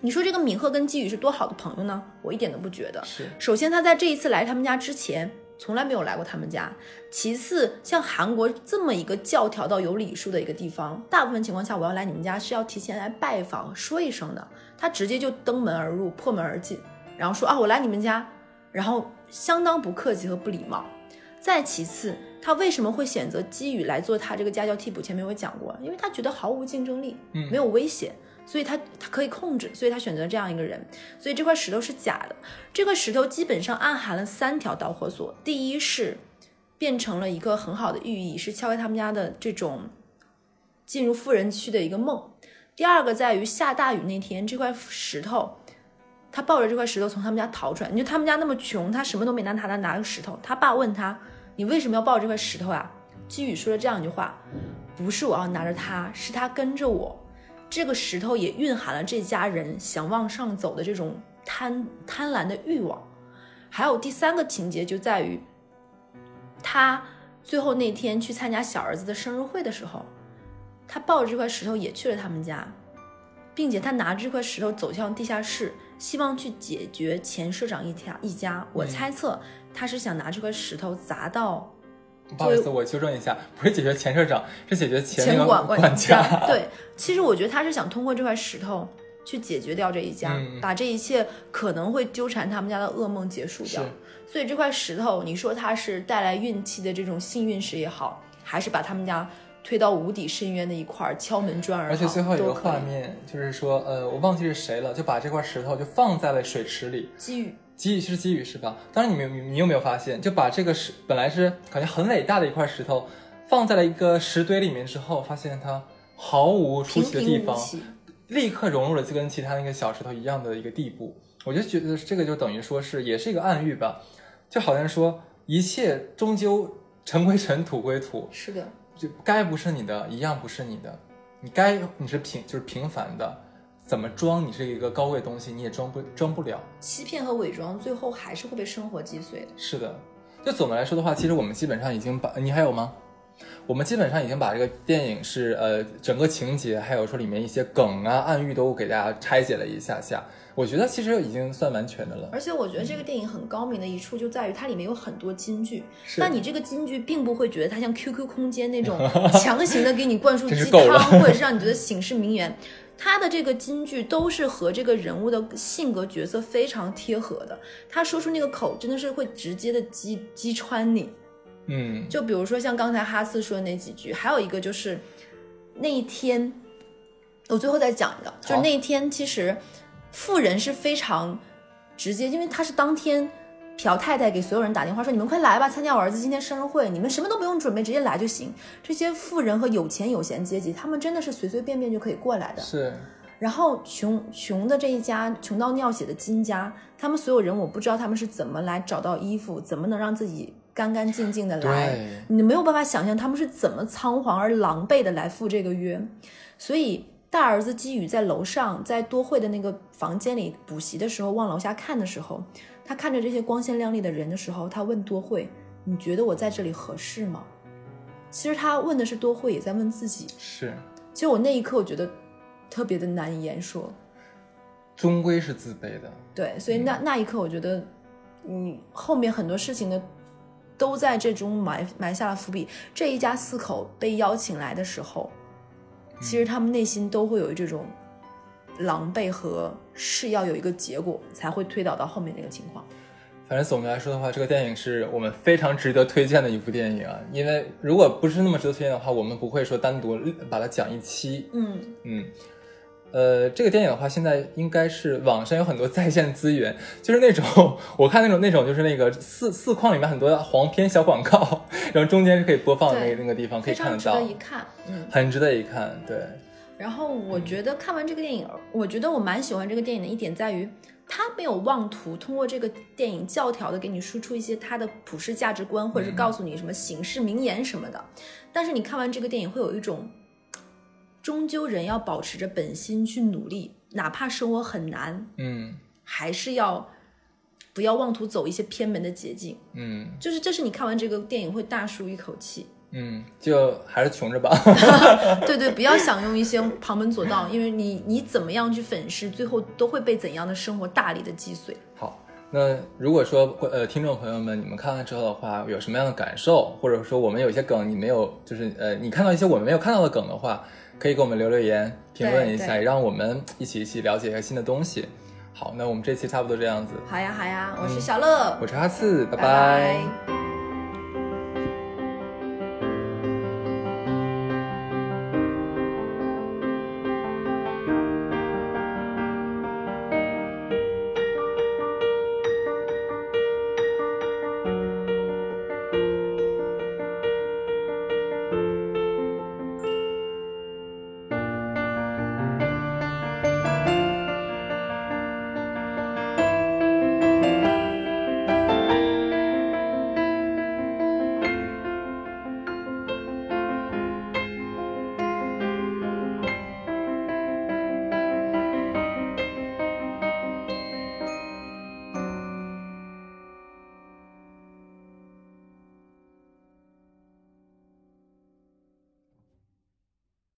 S1: 你说这个敏赫跟基宇是多好的朋友呢？我一点都不觉得。
S2: 是，
S1: 首先，他在这一次来他们家之前，从来没有来过他们家。其次，像韩国这么一个教条到有礼数的一个地方，大部分情况下我要来你们家是要提前来拜访说一声的。他直接就登门而入，破门而进，然后说啊，我来你们家，然后相当不客气和不礼貌。再其次，他为什么会选择基宇来做他这个家教替补？前面我讲过，因为他觉得毫无竞争力，
S2: 嗯
S1: 没有威胁，所以他他可以控制，所以他选择这样一个人。所以这块石头是假的。这块石头基本上暗含了三条导火索：第一是变成了一个很好的寓意，是敲开他们家的这种进入富人区的一个梦；第二个在于下大雨那天，这块石头。他抱着这块石头从他们家逃出来。你就他们家那么穷，他什么都没拿，他拿个石头。他爸问他：“你为什么要抱着这块石头啊？”基宇说了这样一句话：“不是我要拿着它，是它跟着我。”这个石头也蕴含了这家人想往上走的这种贪贪婪的欲望。还有第三个情节就在于，他最后那天去参加小儿子的生日会的时候，他抱着这块石头也去了他们家，并且他拿着这块石头走向地下室，希望去解决前社长一家一家。我
S2: 嗯
S1: 猜测他是想拿这块石头砸到
S2: 不好意思，我纠正一下，不是解决前社长，是解决前那个
S1: 管
S2: 管
S1: 家。对，其实我觉得他是想通过这块石头去解决掉这一家，
S2: 嗯嗯
S1: 把这一切可能会纠缠他们家的噩梦结束掉
S2: 是。
S1: 所以这块石头，你说它是带来运气的这种幸运石也好，还是把他们家推到无底深渊的一块敲门砖而
S2: 而且最后有个画
S1: 画面，
S2: 面，就是说，呃，我忘记是谁了，就把这块石头就放在了水池里。
S1: 机遇
S2: 基宇是基宇是吧？当然你，们你有没有发现，就把这个石本来是感觉很伟大的一块石头，放在了一个石堆里面之后，发现它毫无出
S1: 平
S2: 奇的地
S1: 平无
S2: 方，
S1: 奇。
S2: 立刻融入了就跟其他那个小石头一样的一个地步。我就觉得这个就等于说是也是一个暗喻吧，就好像说一切终究尘归尘，土归土，
S1: 是的，
S2: 就该不是你的，一样不是你的。你该你是平就是平凡的，怎么装你是一个高贵的东西，你也装不装不了。
S1: 欺骗和伪装最后还是会被生活击碎的。
S2: 是的，就总的来说的话，其实我们基本上已经把你还有吗？我们基本上已经把这个电影是呃整个情节，还有说里面一些梗啊、暗喻都给大家拆解了一下下，我觉得其实已经算完全的了。
S1: 而且我觉得这个电影很高明的一处就在于它里面有很多金句，
S2: 是
S1: 那你这个金句并不会觉得它像 QQ 空间那种 强行的给你灌输
S2: 真是
S1: 鸡
S2: 够了
S1: 汤， 或者是让你觉得醒世名言。它的这个金句都是和这个人物的性格角色非常贴合的，他说出那个口真的是会直接的击击穿你。
S2: 嗯，
S1: 就比如说像刚才哈斯说的那几句，还有一个就是那一天，我最后再讲一个，就是那一天其实富人是非常直接，因为他是当天朴太太给所有人打电话说：“你们快来吧，参加我儿子今天生日会，你们什么都不用准备，直接来就行。”这些富人和有钱有闲阶级，他们真的是随随便便就可以过来的。
S2: 是
S1: 然后穷穷的这一家，穷到尿血的金家，他们所有人我不知道他们是怎么来找到衣服，怎么能让自己干干净净的来，
S2: 对，
S1: 你没有办法想象他们是怎么仓皇而狼狈的来赴这个约。所以大儿子基宇在楼上，在多惠的那个房间里补习的时候，往楼下看的时候，他看着这些光鲜亮丽的人的时候，他问多惠：“你觉得我在这里合适吗？”其实他问的是多惠，也在问自己。
S2: 是，
S1: 其实我那一刻我觉得特别的难以言说，
S2: 终归是自卑的。
S1: 对，所以那那一刻我觉得，嗯，后面很多事情的都在这中埋埋下了伏笔。这一家四口被邀请来的时候，其实他们内心都会有这种狼狈和是要有一个结果才会推导到后面那个情况。
S2: 反正总的来说的话，这个电影是我们非常值得推荐的一部电影啊，因为如果不是那么值得推荐的话，我们不会说单独把它讲一期。
S1: 嗯，
S2: 嗯，呃，这个电影的话，现在应该是网上有很多在线资源，就是那种我看那种那种就是那个四四框里面很多黄片小广告，然后中间是可以播放的那
S1: 对
S2: 个那个地方可
S1: 非
S2: 以看
S1: 常
S2: 得
S1: 值
S2: 到
S1: 得，一看。嗯，
S2: 很值得一看。对，
S1: 然后我觉得看完这个电影，我觉得我蛮喜欢这个电影的一点在于，它没有妄图通过这个电影教条的给你输出一些它的普世价值观，或者是告诉你什么醒世名言什么的。但是你看完这个电影，会有一种，终究人要保持着本心去努力，哪怕生活很难，
S2: 嗯
S1: 还是要不要妄图走一些偏门的捷径。
S2: 嗯
S1: 就是这是你看完这个电影会大舒一口气。
S2: 嗯，就还是穷着吧。
S1: 对对，不要想用一些旁门左道，因为你你怎么样去粉饰，最后都会被怎样的生活大力的击碎。
S2: 好，那如果说呃，听众朋友们，你们看完之后的话，有什么样的感受，或者说我们有一些梗你没有，就是呃，你看到一些我们没有看到的梗的话，可以给我们留留言，评论一下，
S1: 对
S2: 也让我们一起一起了解一下新的东西。好，那我们这期差不多这样子，嗯
S1: 好呀好呀，我是小乐，
S2: 我是哈次，拜
S1: 拜拜
S2: 拜